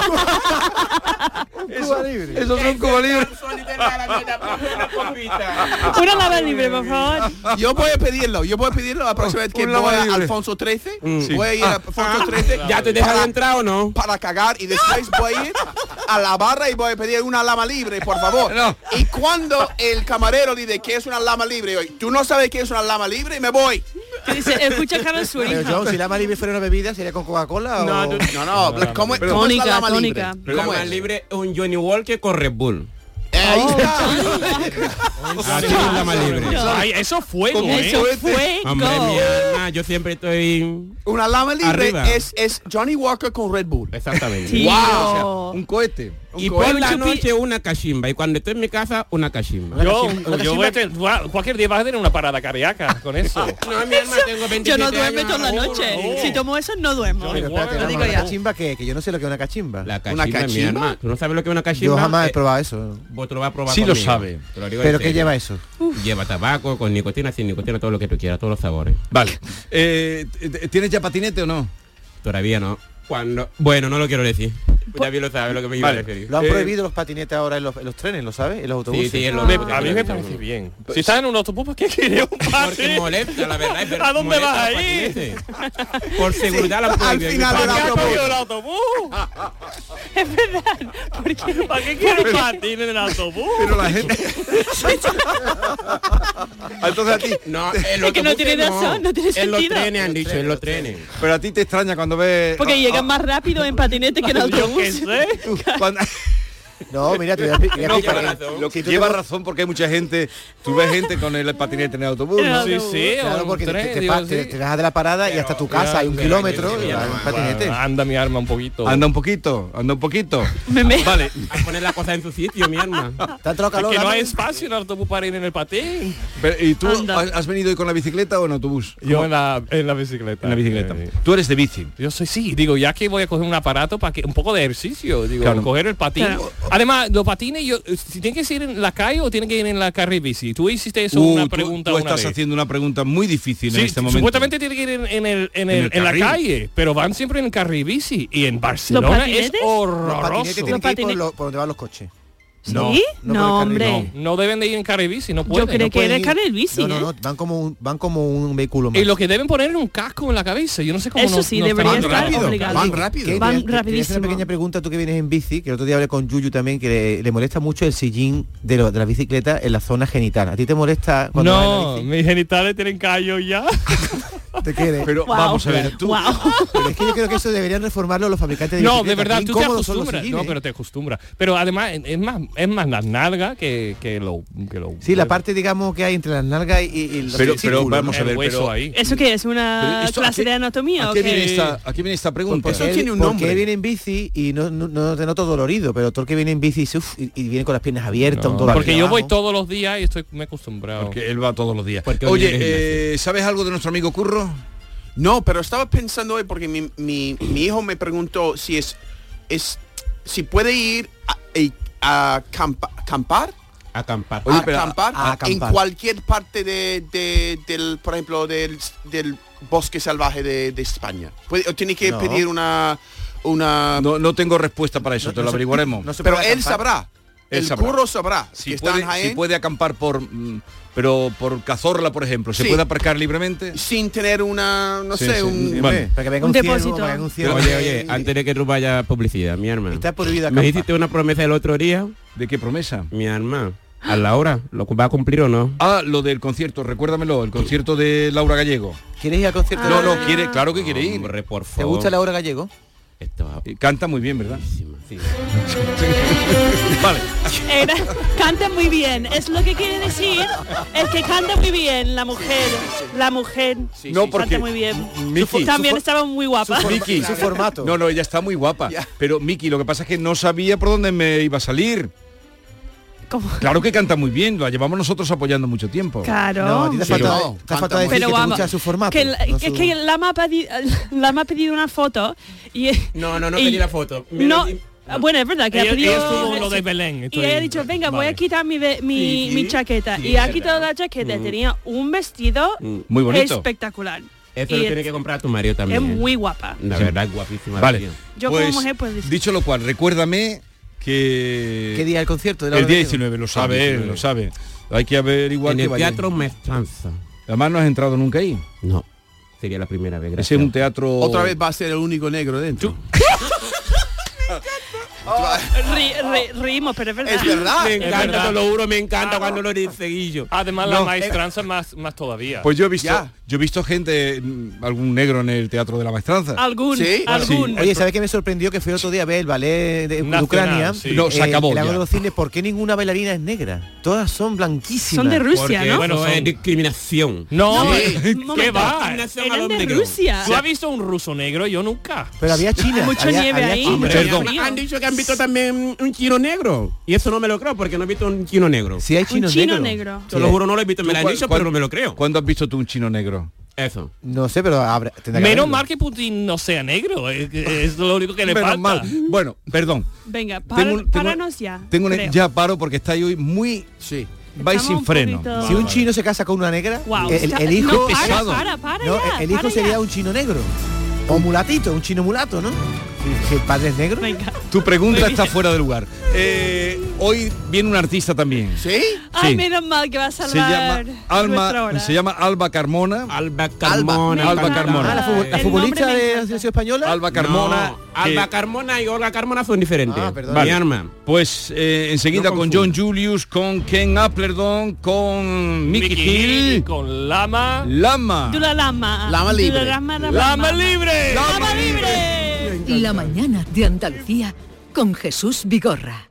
Speaker 2: Esos son como libres.
Speaker 3: (laughs) Una lama libre, por favor.
Speaker 5: Yo voy a pedirlo, yo voy a pedirlo la próxima vez que
Speaker 2: Un lama
Speaker 5: voy a
Speaker 2: libre.
Speaker 5: Alfonso XIII. Voy a ir a Alfonso XIII
Speaker 8: ¿Ya te dejan entrar o no?
Speaker 5: para cagar y después voy a ir a la barra y voy a pedir una lama libre, por favor.
Speaker 2: No.
Speaker 5: Y cuando el camarero dice que es una lama libre, yo, tú no sabes que es una lama libre, me voy.
Speaker 3: Que dice, escucha Carlos
Speaker 6: Pero
Speaker 3: Zurita.
Speaker 6: yo, si lama libre fuera una bebida, sería con Coca-Cola o...
Speaker 5: No, no, ¿cómo,
Speaker 2: pero-
Speaker 5: cómo es la
Speaker 3: Tónica,
Speaker 5: lama
Speaker 3: tónica.
Speaker 5: libre?
Speaker 8: Pero
Speaker 5: ¿Cómo
Speaker 8: más
Speaker 5: es?
Speaker 8: libre es un Johnny Walker con Red Bull.
Speaker 5: Ahí está.
Speaker 8: Así es Ah, la más libre.
Speaker 4: Ay, eso fuego, ¿eh?
Speaker 3: Eso fue
Speaker 8: Hombre, mi alma, yo siempre estoy...
Speaker 5: Una lama libre
Speaker 8: Arriba.
Speaker 5: es, es Johnny Walker con Red Bull.
Speaker 8: Exactamente.
Speaker 2: Wow, un cohete.
Speaker 8: Y
Speaker 5: Un
Speaker 8: por la
Speaker 3: chupi-
Speaker 8: noche una cachimba. Y cuando estoy en mi casa, una cachimba.
Speaker 4: Yo, yo voy a tener- guau, cualquier día vas a tener una parada cardíaca con eso.
Speaker 2: Ah,
Speaker 4: Oh,
Speaker 8: No, mi alma, tengo
Speaker 3: Yo
Speaker 8: 27
Speaker 3: no duermo
Speaker 8: años.
Speaker 3: toda la noche.
Speaker 4: no.
Speaker 3: Si tomo eso, no duermo.
Speaker 6: Pero espérate,
Speaker 3: Lo
Speaker 6: Lama,
Speaker 3: digo
Speaker 6: ¿una
Speaker 3: ya.
Speaker 6: cachimba qué? Que yo no sé lo que es una cachimba.
Speaker 8: La
Speaker 5: ¿Una
Speaker 8: cachimba, mi
Speaker 5: cachimba?
Speaker 8: alma. ¿Tú no sabes lo que es una cachimba?
Speaker 6: Yo jamás he
Speaker 8: Eh,
Speaker 6: probado eso.
Speaker 8: vos te lo vas a probar
Speaker 2: Sí lo
Speaker 8: conmigo.
Speaker 2: sabe.
Speaker 8: Te lo digo en
Speaker 6: ¿Pero qué
Speaker 8: serio.
Speaker 6: lleva eso?
Speaker 8: Lleva tabaco, con nicotina, sin nicotina, todo lo que tú quieras, todos los sabores.
Speaker 2: Vale. Eh, t- ¿Tienes ya patinete o no?
Speaker 8: Todavía no. Cuando... Bueno, no lo quiero decir. David lo sabe lo que me iba
Speaker 2: Vale.
Speaker 8: a decir.
Speaker 6: Lo han
Speaker 2: Eh,
Speaker 6: prohibido los patinetes ahora en los, en los trenes, ¿lo sabes? En los autobuses.
Speaker 8: sí, en los-
Speaker 4: Me-
Speaker 8: no.
Speaker 4: a mí me parece bien. Si estás en un autobús, ¿por qué quieres un
Speaker 8: Porque
Speaker 4: pase?
Speaker 8: molesta, la verdad. es ver-
Speaker 4: ¿A dónde
Speaker 8: molesta
Speaker 4: vas
Speaker 8: los
Speaker 4: a ir?
Speaker 8: patinetes. Por seguridad la han
Speaker 5: al
Speaker 8: prohibido en mi
Speaker 5: final
Speaker 8: país.
Speaker 5: Al
Speaker 4: ¿Para qué has
Speaker 5: autobús.
Speaker 4: cogido el autobús?
Speaker 3: (laughs) Es verdad. Porque
Speaker 4: ¿Para qué quieres un patín en el autobús?
Speaker 2: Pero
Speaker 3: (laughs)
Speaker 2: la gente. Entonces a ti,
Speaker 8: (laughs) No, en
Speaker 3: Es que no tiene razón, no tiene
Speaker 8: En los
Speaker 3: sentido.
Speaker 8: trenes han dicho, en los trenes.
Speaker 2: pero a ti te extraña cuando ves. (laughs)
Speaker 3: porque llegan más rápido en patinete que en
Speaker 5: (laughs)
Speaker 4: Yo qué
Speaker 3: autobús.
Speaker 4: sé.
Speaker 2: Cuando,
Speaker 6: (laughs) No, mira, te voy
Speaker 4: (laughs)
Speaker 6: a, te voy a
Speaker 2: No,
Speaker 6: explicar.
Speaker 2: pero lo que
Speaker 6: Si tú
Speaker 2: lleva
Speaker 6: te-
Speaker 2: razón porque hay mucha gente, tú ves gente con el patinete en el autobús, ¿no?
Speaker 4: Sí, sí,
Speaker 6: Claro,
Speaker 4: o
Speaker 6: porque te,
Speaker 4: un tren,
Speaker 6: te
Speaker 4: digo,
Speaker 6: pa- te-
Speaker 4: sí.
Speaker 6: te bajas de la parada y hasta tu casa hay un
Speaker 4: Ya,
Speaker 6: kilómetro y
Speaker 4: ya,
Speaker 6: vas en patinete.
Speaker 4: Anda mi arma un poquito.
Speaker 2: Anda un poquito, anda un poquito. Vale,
Speaker 7: A poner la cosa en su sitio, mi hermana.
Speaker 6: Te ha entrado
Speaker 4: Es
Speaker 6: calor.
Speaker 4: que no
Speaker 6: Ana?
Speaker 4: hay espacio en el autobús para ir en el patín.
Speaker 2: pero, ¿y tú ah,
Speaker 3: Anda.
Speaker 2: has has venido hoy con la bicicleta o en autobús?
Speaker 4: Yo en la, en la bicicleta.
Speaker 2: En la bicicleta.
Speaker 4: Eh,
Speaker 2: Tú eres de bici.
Speaker 4: Yo soy sí, digo, ya que voy a coger un aparato para que un poco de ejercicio, digo,
Speaker 2: Claro.
Speaker 4: coger el patín.
Speaker 3: Claro.
Speaker 4: Además, los patines, yo, si tienen que ir en la calle o tienen que ir en la carril bici. Tú hiciste eso
Speaker 2: Uh,
Speaker 4: una
Speaker 2: tú-
Speaker 4: pregunta
Speaker 2: tú,
Speaker 4: una
Speaker 2: estás
Speaker 4: vez.
Speaker 2: haciendo una pregunta muy difícil
Speaker 4: Sí,
Speaker 2: en este momento.
Speaker 4: Supuestamente tiene que ir en, en el, en, el-
Speaker 2: el
Speaker 4: en la
Speaker 2: carril.
Speaker 4: calle, pero van siempre en el carril bici. Y en Barcelona es
Speaker 3: patinetes?
Speaker 6: Los patinetes
Speaker 4: horroroso.
Speaker 6: tienen que ir por,
Speaker 3: Los patine-
Speaker 6: lo- por donde van los coches.
Speaker 2: No,
Speaker 3: ¿Sí? No,
Speaker 6: no por el carril,
Speaker 3: hombre.
Speaker 4: No deben de ir en carril bici, no pueden.
Speaker 3: creo
Speaker 4: no
Speaker 3: que
Speaker 4: pueden.
Speaker 6: Pueden
Speaker 3: de
Speaker 6: ir-
Speaker 3: carril bici,
Speaker 6: No, no,
Speaker 3: ¿eh?
Speaker 6: no, van como un, van como un vehículo más.
Speaker 4: Y lo que deben poner es un casco en la cabeza. Yo no sé cómo
Speaker 3: Eso
Speaker 4: no-
Speaker 3: sí,
Speaker 4: no
Speaker 3: debería
Speaker 4: están-
Speaker 5: Van
Speaker 3: estar
Speaker 5: rápido,
Speaker 3: obligado.
Speaker 5: van
Speaker 6: Que
Speaker 5: rápido.
Speaker 6: te-
Speaker 3: Van
Speaker 6: te- te voy a hacer
Speaker 3: rapidísimo.
Speaker 6: una pequeña pregunta, tú que vienes en bici, que el otro día hablé con Yuyu también, que le, le molesta mucho el sillín de, lo- de la bicicleta en la zona genital. ¿A ti te molesta cuando vas
Speaker 4: No,
Speaker 6: en la
Speaker 4: mis genitales tienen callo ya.
Speaker 6: bici? (laughs) ¿Te quieres?
Speaker 2: Pero
Speaker 3: Wow.
Speaker 2: vamos a ver, tú,
Speaker 3: Wow.
Speaker 6: Pero es que yo creo que eso deberían reformarlo los fabricantes de
Speaker 4: No, de
Speaker 6: bicicletas.
Speaker 4: verdad,
Speaker 6: Qué
Speaker 4: tú te
Speaker 6: incómodos son los
Speaker 4: acostumbras. No,
Speaker 6: sillines.
Speaker 4: pero te acostumbras. Pero además es más, es más las nalgas que, que lo, que lo-
Speaker 6: Sí, la parte, digamos, que hay entre las nalgas y, y los
Speaker 2: pero, pero
Speaker 6: testículos,
Speaker 2: vamos
Speaker 6: ¿no?
Speaker 2: a
Speaker 4: el
Speaker 2: ver,
Speaker 4: hueso
Speaker 2: pero,
Speaker 4: ahí.
Speaker 3: ¿Eso qué es?
Speaker 2: pero
Speaker 3: ¿Una
Speaker 2: esto,
Speaker 3: clase
Speaker 2: ¿a qué-
Speaker 3: de anatomía
Speaker 2: ¿a
Speaker 3: o
Speaker 2: qué, viene
Speaker 3: qué?
Speaker 2: esta, a qué viene esta pregunta?
Speaker 6: Pues
Speaker 5: Eso
Speaker 6: Porque él-
Speaker 5: tiene un
Speaker 6: Porque
Speaker 5: nombre.
Speaker 6: él viene en bici y no, no, no te noto dolorido, pero tú el que viene en bici uf, y, y viene con las piernas abiertas, un dolor.
Speaker 4: Porque
Speaker 6: aquí
Speaker 4: yo
Speaker 6: abajo.
Speaker 4: voy todos los días y estoy me Pues, he acostumbrado.
Speaker 2: Porque él va todos los días.
Speaker 4: Porque hoy
Speaker 2: Oye,
Speaker 4: viene
Speaker 2: eh, ¿sabes algo de nuestro amigo Curro?
Speaker 5: No, pero estaba pensando hoy porque mi, mi- mi hijo me preguntó si es, es si puede ir a, eh, a- a campa- acampar,
Speaker 7: Acampar.
Speaker 2: Oye,
Speaker 5: a
Speaker 2: pero a-
Speaker 5: acampar
Speaker 6: a
Speaker 5: en
Speaker 6: acampar.
Speaker 5: cualquier parte de, de- del, por ejemplo, del, del bosque salvaje de, de España. Puede- o tiene que
Speaker 6: No.
Speaker 5: pedir una una
Speaker 2: No, no tengo respuesta para eso,
Speaker 6: No-
Speaker 2: te
Speaker 6: no
Speaker 2: lo
Speaker 6: se-
Speaker 2: averiguaremos.
Speaker 6: no se
Speaker 5: pero
Speaker 6: puede
Speaker 5: él
Speaker 6: acampar.
Speaker 5: sabrá.
Speaker 2: Él
Speaker 5: el
Speaker 2: sabrá.
Speaker 5: curro sabrá
Speaker 2: si,
Speaker 5: que está en
Speaker 2: puede, si
Speaker 5: Jaén
Speaker 2: puede acampar por mm, pero por Cazorla, por ejemplo, ¿se
Speaker 5: Sí.
Speaker 2: puede aparcar libremente?
Speaker 5: sin tener una, no
Speaker 2: Sí,
Speaker 5: sé,
Speaker 2: sí,
Speaker 5: un...
Speaker 2: sí.
Speaker 6: Bueno, para que venga un,
Speaker 3: Un
Speaker 6: ciervo,
Speaker 3: depósito.
Speaker 6: para que venga un ciervo.
Speaker 7: Oye, oye, antes de que tú vayas a publicidad, mi hermana.
Speaker 6: Está prohibido acampar.
Speaker 7: Me hiciste una promesa el otro día,
Speaker 2: ¿De qué promesa?
Speaker 7: mi hermana. A la hora, ¿lo va a cumplir o no?
Speaker 2: Ah, lo del concierto, recuérdamelo, el concierto de Laura Gallego.
Speaker 6: ¿Quieres ir al concierto?
Speaker 2: No, no, quiere, claro que
Speaker 5: Ah.
Speaker 2: quiere ir.
Speaker 7: Hombre, por
Speaker 6: ¿Te
Speaker 7: favor.
Speaker 6: gusta la hora gallego?
Speaker 7: Esto es
Speaker 2: Eh, Canta muy
Speaker 3: (laughs)
Speaker 2: bien, ¿verdad?
Speaker 7: guapísima, sí.
Speaker 2: Vale.
Speaker 3: Era- canta muy bien. Es lo que quiere decir. Es que canta muy bien la mujer. La mujer.
Speaker 2: No, sí. porque-
Speaker 3: Canta muy bien.
Speaker 2: Miki,
Speaker 3: Su fo- también
Speaker 2: su fo-
Speaker 3: estaba muy guapa.
Speaker 2: Miki.
Speaker 6: Su formato.
Speaker 2: No, no, ella está muy guapa.
Speaker 5: Ya.
Speaker 2: Pero Miki, lo que pasa es que no sabía por dónde me iba a salir.
Speaker 3: Como-
Speaker 2: Claro que canta muy bien, la llevamos nosotros apoyando mucho tiempo.
Speaker 3: Claro.
Speaker 6: No, a ti te
Speaker 5: Pero-
Speaker 6: falta,
Speaker 5: No,
Speaker 6: te falta decir
Speaker 3: Pero
Speaker 6: que te
Speaker 3: vamos,
Speaker 6: gusta su formato.
Speaker 3: que la-
Speaker 6: no
Speaker 3: que-
Speaker 6: su-
Speaker 3: que la me ha pedi- (laughs) la me ha pedido una foto y
Speaker 7: No, no, no
Speaker 3: y-
Speaker 7: pedí la foto. Me
Speaker 3: no, ah,
Speaker 7: lo di-
Speaker 3: bueno, es verdad que ha
Speaker 4: Ella-
Speaker 3: pedido
Speaker 4: ella estuvo en lo de Belén,
Speaker 3: y ella ha
Speaker 4: estoy-
Speaker 3: dicho, venga, voy
Speaker 4: vale.
Speaker 3: a quitar mi, ve- mi,
Speaker 7: Sí,
Speaker 3: mi
Speaker 7: sí,
Speaker 3: chaqueta.
Speaker 7: sí,
Speaker 3: y ha
Speaker 7: es
Speaker 3: quitado
Speaker 7: verdad. Mm.
Speaker 3: la chaqueta. Tenía un vestido
Speaker 2: Muy bonito.
Speaker 3: espectacular.
Speaker 7: Eso
Speaker 3: Y
Speaker 7: lo
Speaker 3: es-
Speaker 7: tiene que comprar tu marido
Speaker 3: es
Speaker 7: también.
Speaker 3: muy guapa.
Speaker 7: La verdad, es guapísima.
Speaker 2: Vale.
Speaker 7: tío.
Speaker 3: Yo como mujer, pues, dis-
Speaker 2: dicho lo cual, recuérdame que
Speaker 6: ¿Qué Ah, día el concierto? de la
Speaker 2: el
Speaker 6: hora
Speaker 2: día
Speaker 6: gallego?
Speaker 2: 19 lo sabe él, lo sabe. Hay que averiguar
Speaker 7: En
Speaker 2: que
Speaker 7: el
Speaker 2: vaya.
Speaker 7: teatro Mestranza.
Speaker 2: Además no has entrado nunca ahí.
Speaker 7: No. Sería la primera vez.
Speaker 2: Ese
Speaker 7: Gracias.
Speaker 2: es un teatro
Speaker 5: Otra vez va a ser el único negro dentro.
Speaker 2: Oh.
Speaker 3: ri- ri- reímos, pero es verdad.
Speaker 5: Es verdad.
Speaker 7: Me
Speaker 4: Es
Speaker 7: encanta,
Speaker 4: verdad.
Speaker 7: te lo juro, me encanta cuando lo dice Guillo.
Speaker 4: Además
Speaker 2: No,
Speaker 4: la
Speaker 6: eh,
Speaker 4: maestranza más, más todavía.
Speaker 2: Pues yo he visto,
Speaker 5: Ya.
Speaker 2: yo he visto gente, mm, algún negro en el Teatro de la Maestranza.
Speaker 3: Algún,
Speaker 5: Sí,
Speaker 3: algún.
Speaker 6: Oye, ¿sabes qué me sorprendió? Que fui el otro día a ver el ballet de, de
Speaker 4: Nacional,
Speaker 6: Ucrania.
Speaker 4: sí.
Speaker 2: No, se
Speaker 6: eh,
Speaker 2: acabó
Speaker 6: el Lago
Speaker 2: ya.
Speaker 6: de los Cisnes, ¿por qué ninguna bailarina es negra? Todas son blanquísimas.
Speaker 3: Son de Rusia,
Speaker 4: Porque,
Speaker 3: ¿no?
Speaker 4: bueno,
Speaker 7: Eso
Speaker 4: son-
Speaker 7: es discriminación.
Speaker 4: No,
Speaker 5: Sí.
Speaker 4: eh,
Speaker 3: Un
Speaker 4: (laughs) ¿qué
Speaker 3: momento.
Speaker 4: va?
Speaker 7: Eran de
Speaker 3: Eran de
Speaker 7: negro.
Speaker 3: Rusia.
Speaker 4: ¿Tú has visto un ruso negro? Yo nunca.
Speaker 6: Pero había China.
Speaker 3: Mucho
Speaker 6: había-
Speaker 3: nieve
Speaker 6: había
Speaker 3: ahí.
Speaker 6: China.
Speaker 2: Hombre,
Speaker 7: Perdón.
Speaker 3: Dios mío.
Speaker 7: Han dicho que han visto también un chino negro. Y eso no me lo creo porque no he visto un chino negro.
Speaker 6: Sí, hay chinos
Speaker 3: chino
Speaker 6: negros.
Speaker 3: negro.
Speaker 7: Te lo juro, no lo he visto. Me lo han
Speaker 2: ¿Cuál-
Speaker 7: dicho,
Speaker 2: cuál-
Speaker 7: pero no me lo creo.
Speaker 2: ¿Cuándo has visto tú un chino negro?
Speaker 7: Eso.
Speaker 6: No sé, pero habrá, tendrá que
Speaker 4: Menos
Speaker 6: haberlo.
Speaker 4: mal que Putin no sea negro. Es, es lo único que le
Speaker 2: Menos
Speaker 4: falta.
Speaker 2: mal. Bueno, perdón.
Speaker 3: Venga, para-
Speaker 2: Tengo un- tengo-
Speaker 3: páranos ya.
Speaker 2: Tengo una-
Speaker 3: creo.
Speaker 2: ya paro porque estáis hoy muy
Speaker 5: Sí.
Speaker 2: vais
Speaker 3: Estamos
Speaker 2: sin
Speaker 3: un
Speaker 2: freno.
Speaker 3: poquito-
Speaker 6: Si un chino se casa con una negra,
Speaker 3: Wow.
Speaker 6: el,
Speaker 3: Está-
Speaker 6: el hijo...
Speaker 3: No,
Speaker 2: es
Speaker 3: para,
Speaker 2: pesado.
Speaker 3: para, para
Speaker 6: No,
Speaker 3: ya,
Speaker 6: el hijo
Speaker 3: para
Speaker 6: sería
Speaker 3: ya.
Speaker 6: un chino negro. O mulatito, un chino mulato, ¿no? Si el padre es negro.
Speaker 3: Venga.
Speaker 2: Tu pregunta está fuera de lugar. Eh, hoy viene un artista también.
Speaker 5: ¿Sí?
Speaker 3: Ay,
Speaker 2: Sí.
Speaker 3: menos mal que va a
Speaker 2: Se
Speaker 3: salvar
Speaker 2: llama
Speaker 3: nuestra
Speaker 2: Alma,
Speaker 3: hora.
Speaker 2: se llama Alba Carmona.
Speaker 7: Alba Carmona.
Speaker 2: Alba Carmona.
Speaker 6: Ah, la, fu- la
Speaker 3: El
Speaker 6: futbolista
Speaker 3: nombre me
Speaker 6: de la
Speaker 3: encanta.
Speaker 6: selección española.
Speaker 2: Alba Carmona.
Speaker 7: No,
Speaker 2: que-
Speaker 7: Alba Carmona y Olga Carmona son diferentes.
Speaker 6: Ah, perdón.
Speaker 7: Mi
Speaker 6: Vale.
Speaker 7: arma.
Speaker 2: Pues eh, enseguida
Speaker 7: No
Speaker 2: con John
Speaker 7: confunda.
Speaker 2: Julius, con Ken Applerdon, con Mickey
Speaker 4: Mickey Hill
Speaker 2: Hill,
Speaker 4: con Lama.
Speaker 2: Lama.
Speaker 3: Dula Lama.
Speaker 5: Lama libre.
Speaker 3: Dula Lama, Lama,
Speaker 4: Lama libre.
Speaker 3: Lama libre.
Speaker 9: La mañana de Andalucía con Jesús Vigorra.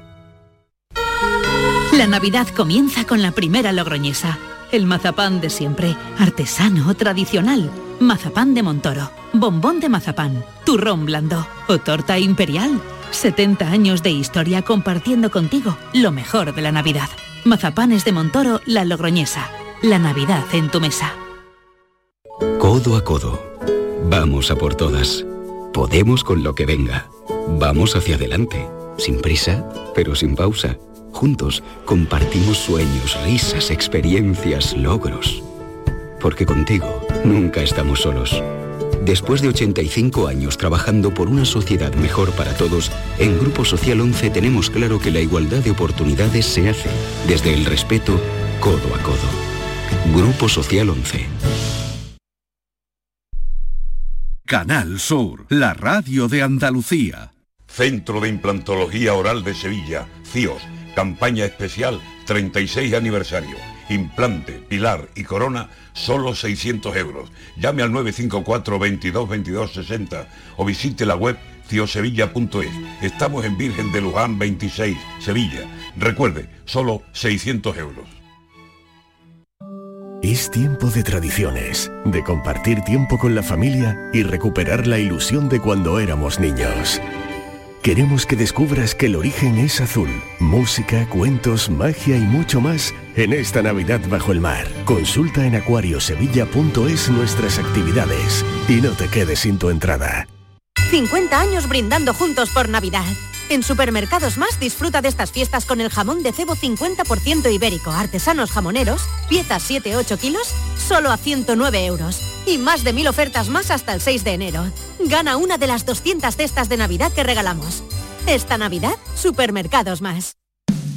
Speaker 9: La Navidad comienza con la primera logroñesa. El mazapán de siempre, artesano, tradicional. Mazapán de Montoro, bombón de mazapán, turrón blando o torta imperial. 70 años de historia compartiendo contigo lo mejor de la Navidad. Mazapanes de Montoro, la logroñesa. La Navidad en tu mesa.
Speaker 10: Codo a codo. Vamos a por todas. Podemos con lo que venga. Vamos hacia adelante. Sin prisa, pero sin pausa. Juntos compartimos sueños, risas, experiencias, logros. Porque contigo nunca estamos solos. Después de 85 años trabajando por una sociedad mejor para todos, en Grupo Social 11 tenemos claro que la igualdad de oportunidades se hace desde el respeto codo a codo. Grupo Social 11.
Speaker 11: Canal Sur, la radio de Andalucía.
Speaker 12: Centro de Implantología Oral de Sevilla, CIOS, campaña especial 36 aniversario. Implante, pilar y corona, solo 600 euros. Llame al 954 22 22 60 o visite la web ciosevilla.es. Estamos en Virgen de Luján 26, Sevilla. Recuerde, solo 600 euros.
Speaker 13: Es tiempo de tradiciones, de compartir tiempo con la familia y recuperar la ilusión de cuando éramos niños. Queremos que descubras que el origen es azul. Música, cuentos, magia y mucho más en esta Navidad bajo el mar. Consulta en acuariosevilla.es nuestras actividades y no te quedes sin tu entrada.
Speaker 14: 50 años brindando juntos por Navidad. En Supermercados Más disfruta de estas fiestas con el jamón de cebo 50% ibérico, artesanos jamoneros, piezas 7-8 kilos, solo a 109 euros. Y más de mil ofertas más hasta el 6 de enero. Gana una de las 200 cestas de Navidad que regalamos. Esta Navidad, Supermercados Más.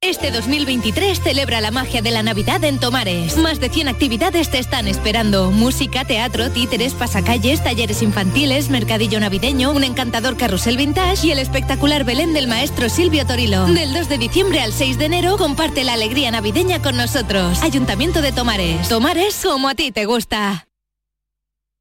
Speaker 15: Este 2023 celebra la magia de la Navidad en Tomares. Más de 100 actividades te están esperando. Música, teatro, títeres, pasacalles, talleres infantiles, mercadillo navideño, un encantador carrusel vintage y el espectacular Belén del maestro Silvio Torilo. Del 2 de diciembre al 6 de enero comparte la alegría navideña con nosotros. Ayuntamiento de Tomares. Tomares como a ti te gusta.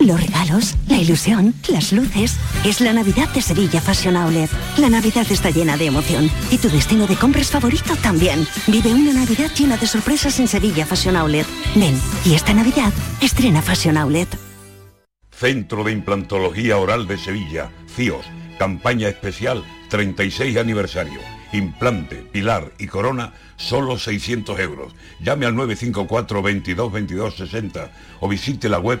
Speaker 16: Los regalos, la ilusión, las luces. Es la Navidad de Sevilla Fashion Outlet. La Navidad está llena de emoción y tu destino de compras favorito también. Vive una Navidad llena de sorpresas en Sevilla Fashion Outlet. Ven, y esta Navidad estrena Fashion Outlet.
Speaker 12: Centro de Implantología Oral de Sevilla, CIOS, campaña especial 36 aniversario. Implante, pilar y corona, solo 600 euros. Llame al 954 22 22 60 o visite la web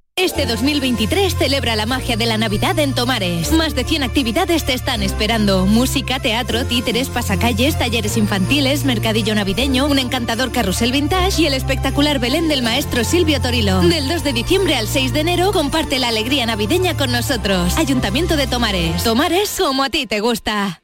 Speaker 15: Este 2023 celebra la magia de la Navidad en Tomares. Más de 100 actividades te están esperando. Música, teatro, títeres, pasacalles, talleres infantiles, mercadillo navideño, un encantador carrusel vintage y el espectacular Belén del maestro Silvio Torilo. Del 2 de diciembre al 6 de enero comparte la alegría navideña con nosotros. Ayuntamiento de Tomares. Tomares como a ti te gusta.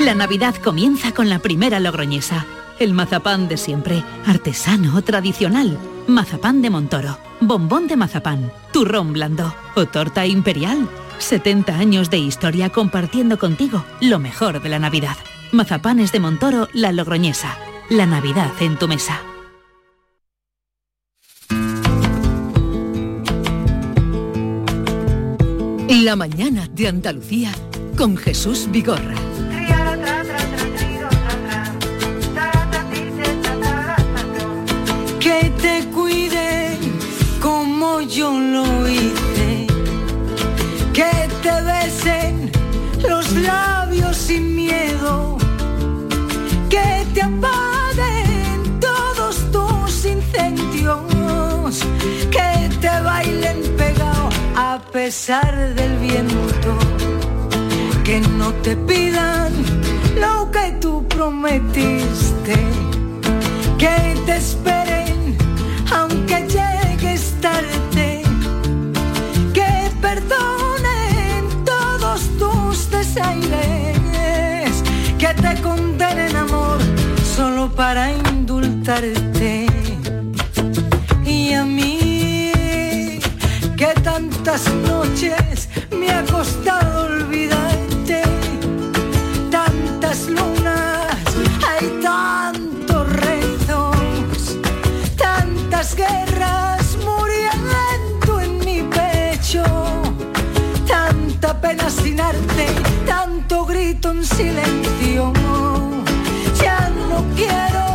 Speaker 9: La Navidad comienza con la primera logroñesa. El mazapán de siempre, artesano, tradicional. Mazapán de Montoro, bombón de mazapán, turrón blando o torta imperial. 70 años de historia compartiendo contigo lo mejor de la Navidad. Mazapanes de Montoro, la logroñesa. La Navidad en tu mesa.
Speaker 17: La mañana de Andalucía con Jesús Vigorra.
Speaker 18: Que te cuide como yo lo hice. Que te besen los labios sin miedo. Que te apaguen todos tus incendios. Que te bailen pegado a pesar del viento. Que no te pidan lo que tú prometiste. Que te esperen aunque llegues tarde. Que perdonen todos tus desaires. Que te condenen amor solo para indultarte. Y a mí que tantas noches me ha costado olvidarte. Tantas lunas, hay tantos rezos, tantas guerras muriendo en mi pecho, tanta pena sin arte, tanto grito en silencio. Ya no quiero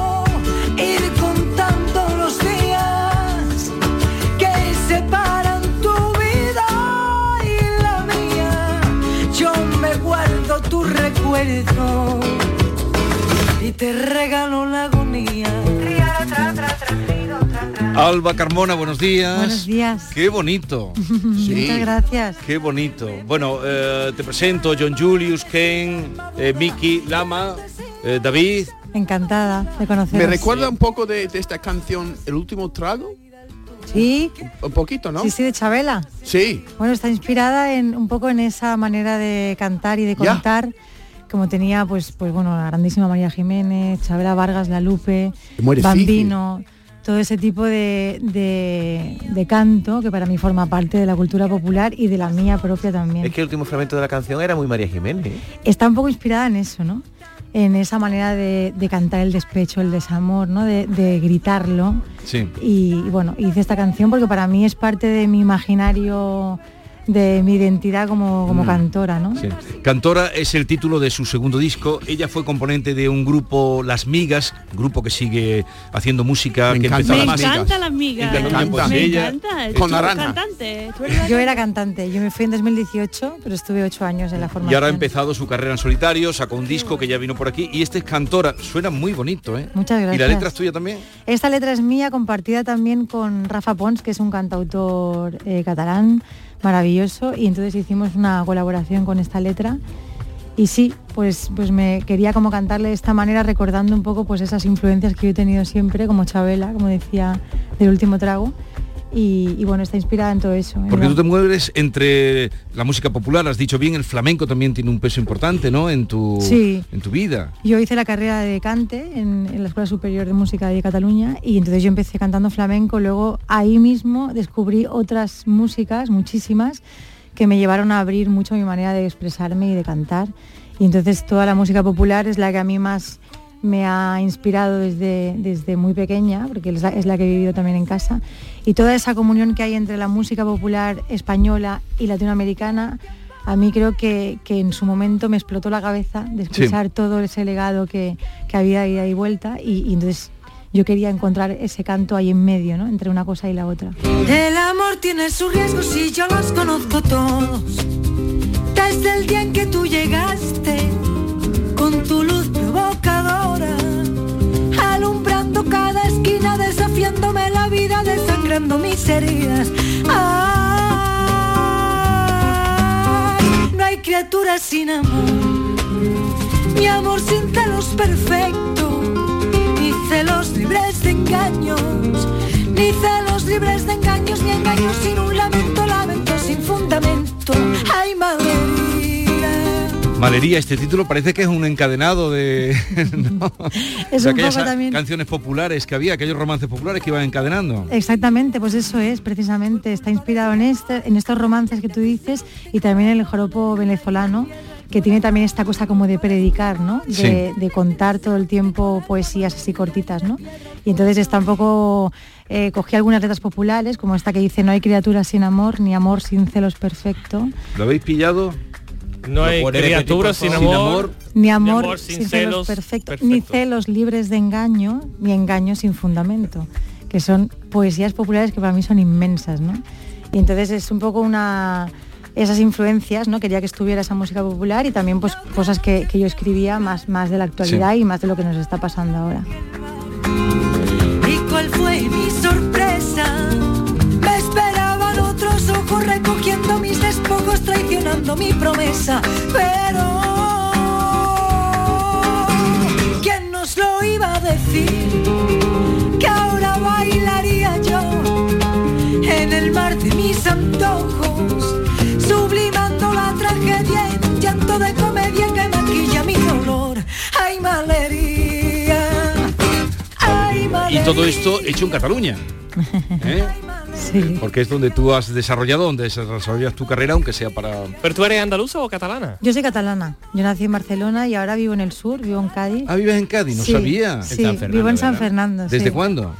Speaker 18: ir contando los días que separan tu vida y la mía. Yo me guardo tu recuerdo y te regalo la agonía.
Speaker 2: Alba Carmona, buenos días.
Speaker 7: Buenos días.
Speaker 2: Qué bonito.
Speaker 7: Muchas gracias.
Speaker 2: Qué bonito. Bueno, eh, te presento John Julius, Ken, eh, Miki, Lama, eh, David.
Speaker 7: Encantada de conoceros.
Speaker 5: Me recuerda un poco de, de esta canción El último trago.
Speaker 7: Sí,
Speaker 5: Un poquito, ¿no?
Speaker 7: sí, sí, de Chabela.
Speaker 5: Sí.
Speaker 7: Bueno, está inspirada en un poco en esa manera de cantar y de
Speaker 5: Ya.
Speaker 7: contar, como tenía pues pues bueno, la grandísima María Jiménez, Chabela Vargas, La Lupe,
Speaker 5: Muere Cigi.
Speaker 7: Bambino, todo ese tipo de, de- de canto que para mí forma parte de la cultura popular y de la mía propia también.
Speaker 3: Es que el último fragmento de la canción era muy María Jiménez. ¿eh?
Speaker 7: Está un poco inspirada en eso, ¿no? En esa manera de, de cantar el despecho, el desamor, ¿no? De, de gritarlo.
Speaker 2: Sí.
Speaker 7: Y, y bueno, hice esta canción porque para mí es parte de mi imaginario, de mi identidad como, como
Speaker 2: Mm.
Speaker 7: cantora, ¿no?
Speaker 2: Sí. Cantora es el título de su segundo disco. Ella fue componente de un grupo Las Migas, grupo que sigue haciendo música. que empezó
Speaker 18: Me
Speaker 2: además-
Speaker 18: encanta las migas.
Speaker 2: Me encanta.
Speaker 18: Me
Speaker 2: Ella-
Speaker 18: encanta.
Speaker 2: Con
Speaker 18: Tú eres
Speaker 2: naranja.
Speaker 18: cantante. Tú eres
Speaker 7: Yo era cantante, yo me fui en 2018, pero estuve ocho años en la formación.
Speaker 2: Y ahora ha empezado su carrera en solitario, sacó un disco que ya vino por aquí y este es Cantora, suena muy bonito, ¿eh?
Speaker 7: Muchas gracias.
Speaker 2: ¿Y la letra es tuya también?
Speaker 7: Esta letra es mía, compartida también con Rafa Pons, que es un cantautor eh, catalán maravilloso, y entonces hicimos una colaboración con esta letra. Y sí, pues, pues me quería como cantarle de esta manera, recordando un poco pues esas influencias que yo he tenido siempre, como Chabela, como decía, del último trago. Y, y bueno, está inspirada en todo eso. en
Speaker 2: Porque
Speaker 7: la-
Speaker 2: tú te mueves entre la música popular, has dicho bien, el flamenco también tiene un peso importante, ¿no? En tu,
Speaker 7: Sí.
Speaker 2: en tu vida.
Speaker 7: Yo hice la carrera de cante en, en la Escuela Superior de Música de Cataluña y entonces yo empecé cantando flamenco, luego ahí mismo descubrí otras músicas, muchísimas, que me llevaron a abrir mucho mi manera de expresarme y de cantar. Y entonces toda la música popular es la que a mí más me ha inspirado desde, desde muy pequeña, porque es la, es la que he vivido también en casa. Y toda esa comunión que hay entre la música popular española y latinoamericana, a mí creo que, que en su momento me explotó la cabeza de
Speaker 10: Sí.
Speaker 7: escuchar todo ese legado que, que había ida y vuelta. Y, y entonces yo quería encontrar ese canto ahí en medio, ¿no? entre una cosa y la otra.
Speaker 18: El amor tiene sus riesgos y yo los conozco todos. Desde el día en que tú llegaste, con tu luz provocadora, alumbrando cada esquina, desafiándome la vida, desangrando mis heridas. Ay, no hay criatura sin amor, mi amor sin celos perfecto, ni celos libres de engaños. Ni celos libres de engaños, ni engaños sin un lamento, lamento sin fundamento. Ay, madre mía.
Speaker 2: Malería, este título parece que es un encadenado de, ¿no?
Speaker 7: Es
Speaker 2: de
Speaker 7: un
Speaker 2: aquellas
Speaker 7: poco
Speaker 2: a-
Speaker 7: también-
Speaker 2: canciones populares que había, aquellos romances populares que iban encadenando.
Speaker 7: Exactamente, pues eso es, precisamente. Está inspirado en, este, en estos romances que tú dices y también en el joropo venezolano, que tiene también esta cosa como de predicar, ¿no? De, de contar todo el tiempo poesías así cortitas, ¿no? Y entonces está un poco... eh, cogí algunas letras populares, como esta que dice, no hay criatura sin amor, ni amor sin celos perfecto,
Speaker 2: ¿Lo habéis pillado?
Speaker 19: No hay criatura sin amor,
Speaker 7: ni amor, sin, celos, perfecto, ni celos libres de engaño, ni engaño sin fundamento, que son poesías populares que para mí son inmensas, ¿no? Y entonces es un poco una esas influencias, ¿no? Quería que estuviera esa música popular y también pues cosas que, que yo escribía más, más de la actualidad y más de lo que nos está pasando ahora.
Speaker 18: ¿Y cuál fue mi sorpresa? Me esperaban otros ojos recogiendo mis despojos, traicionando mi promesa. Pero, ¿quién nos lo iba a decir? Que ahora bailaría yo en el mar de mis antojos, sublimando la tragedia en un llanto de comedia que maquilla mi dolor. ¡Ay, malería! ¡Ay,
Speaker 2: Y
Speaker 18: malería!
Speaker 2: todo esto hecho
Speaker 7: (laughs)
Speaker 2: en Cataluña. ¿eh? Porque es donde tú has desarrollado, donde desarrollas tu carrera, aunque sea para...
Speaker 19: ¿Pero tú eres andaluza o catalana?
Speaker 7: Yo soy catalana, yo nací en Barcelona y ahora vivo en el sur, vivo en Cádiz.
Speaker 2: Ah, vives en Cádiz, no
Speaker 7: Sí,
Speaker 2: sabía.
Speaker 7: sí, vivo en San Fernando.
Speaker 2: ¿Desde
Speaker 7: sí.
Speaker 2: cuándo?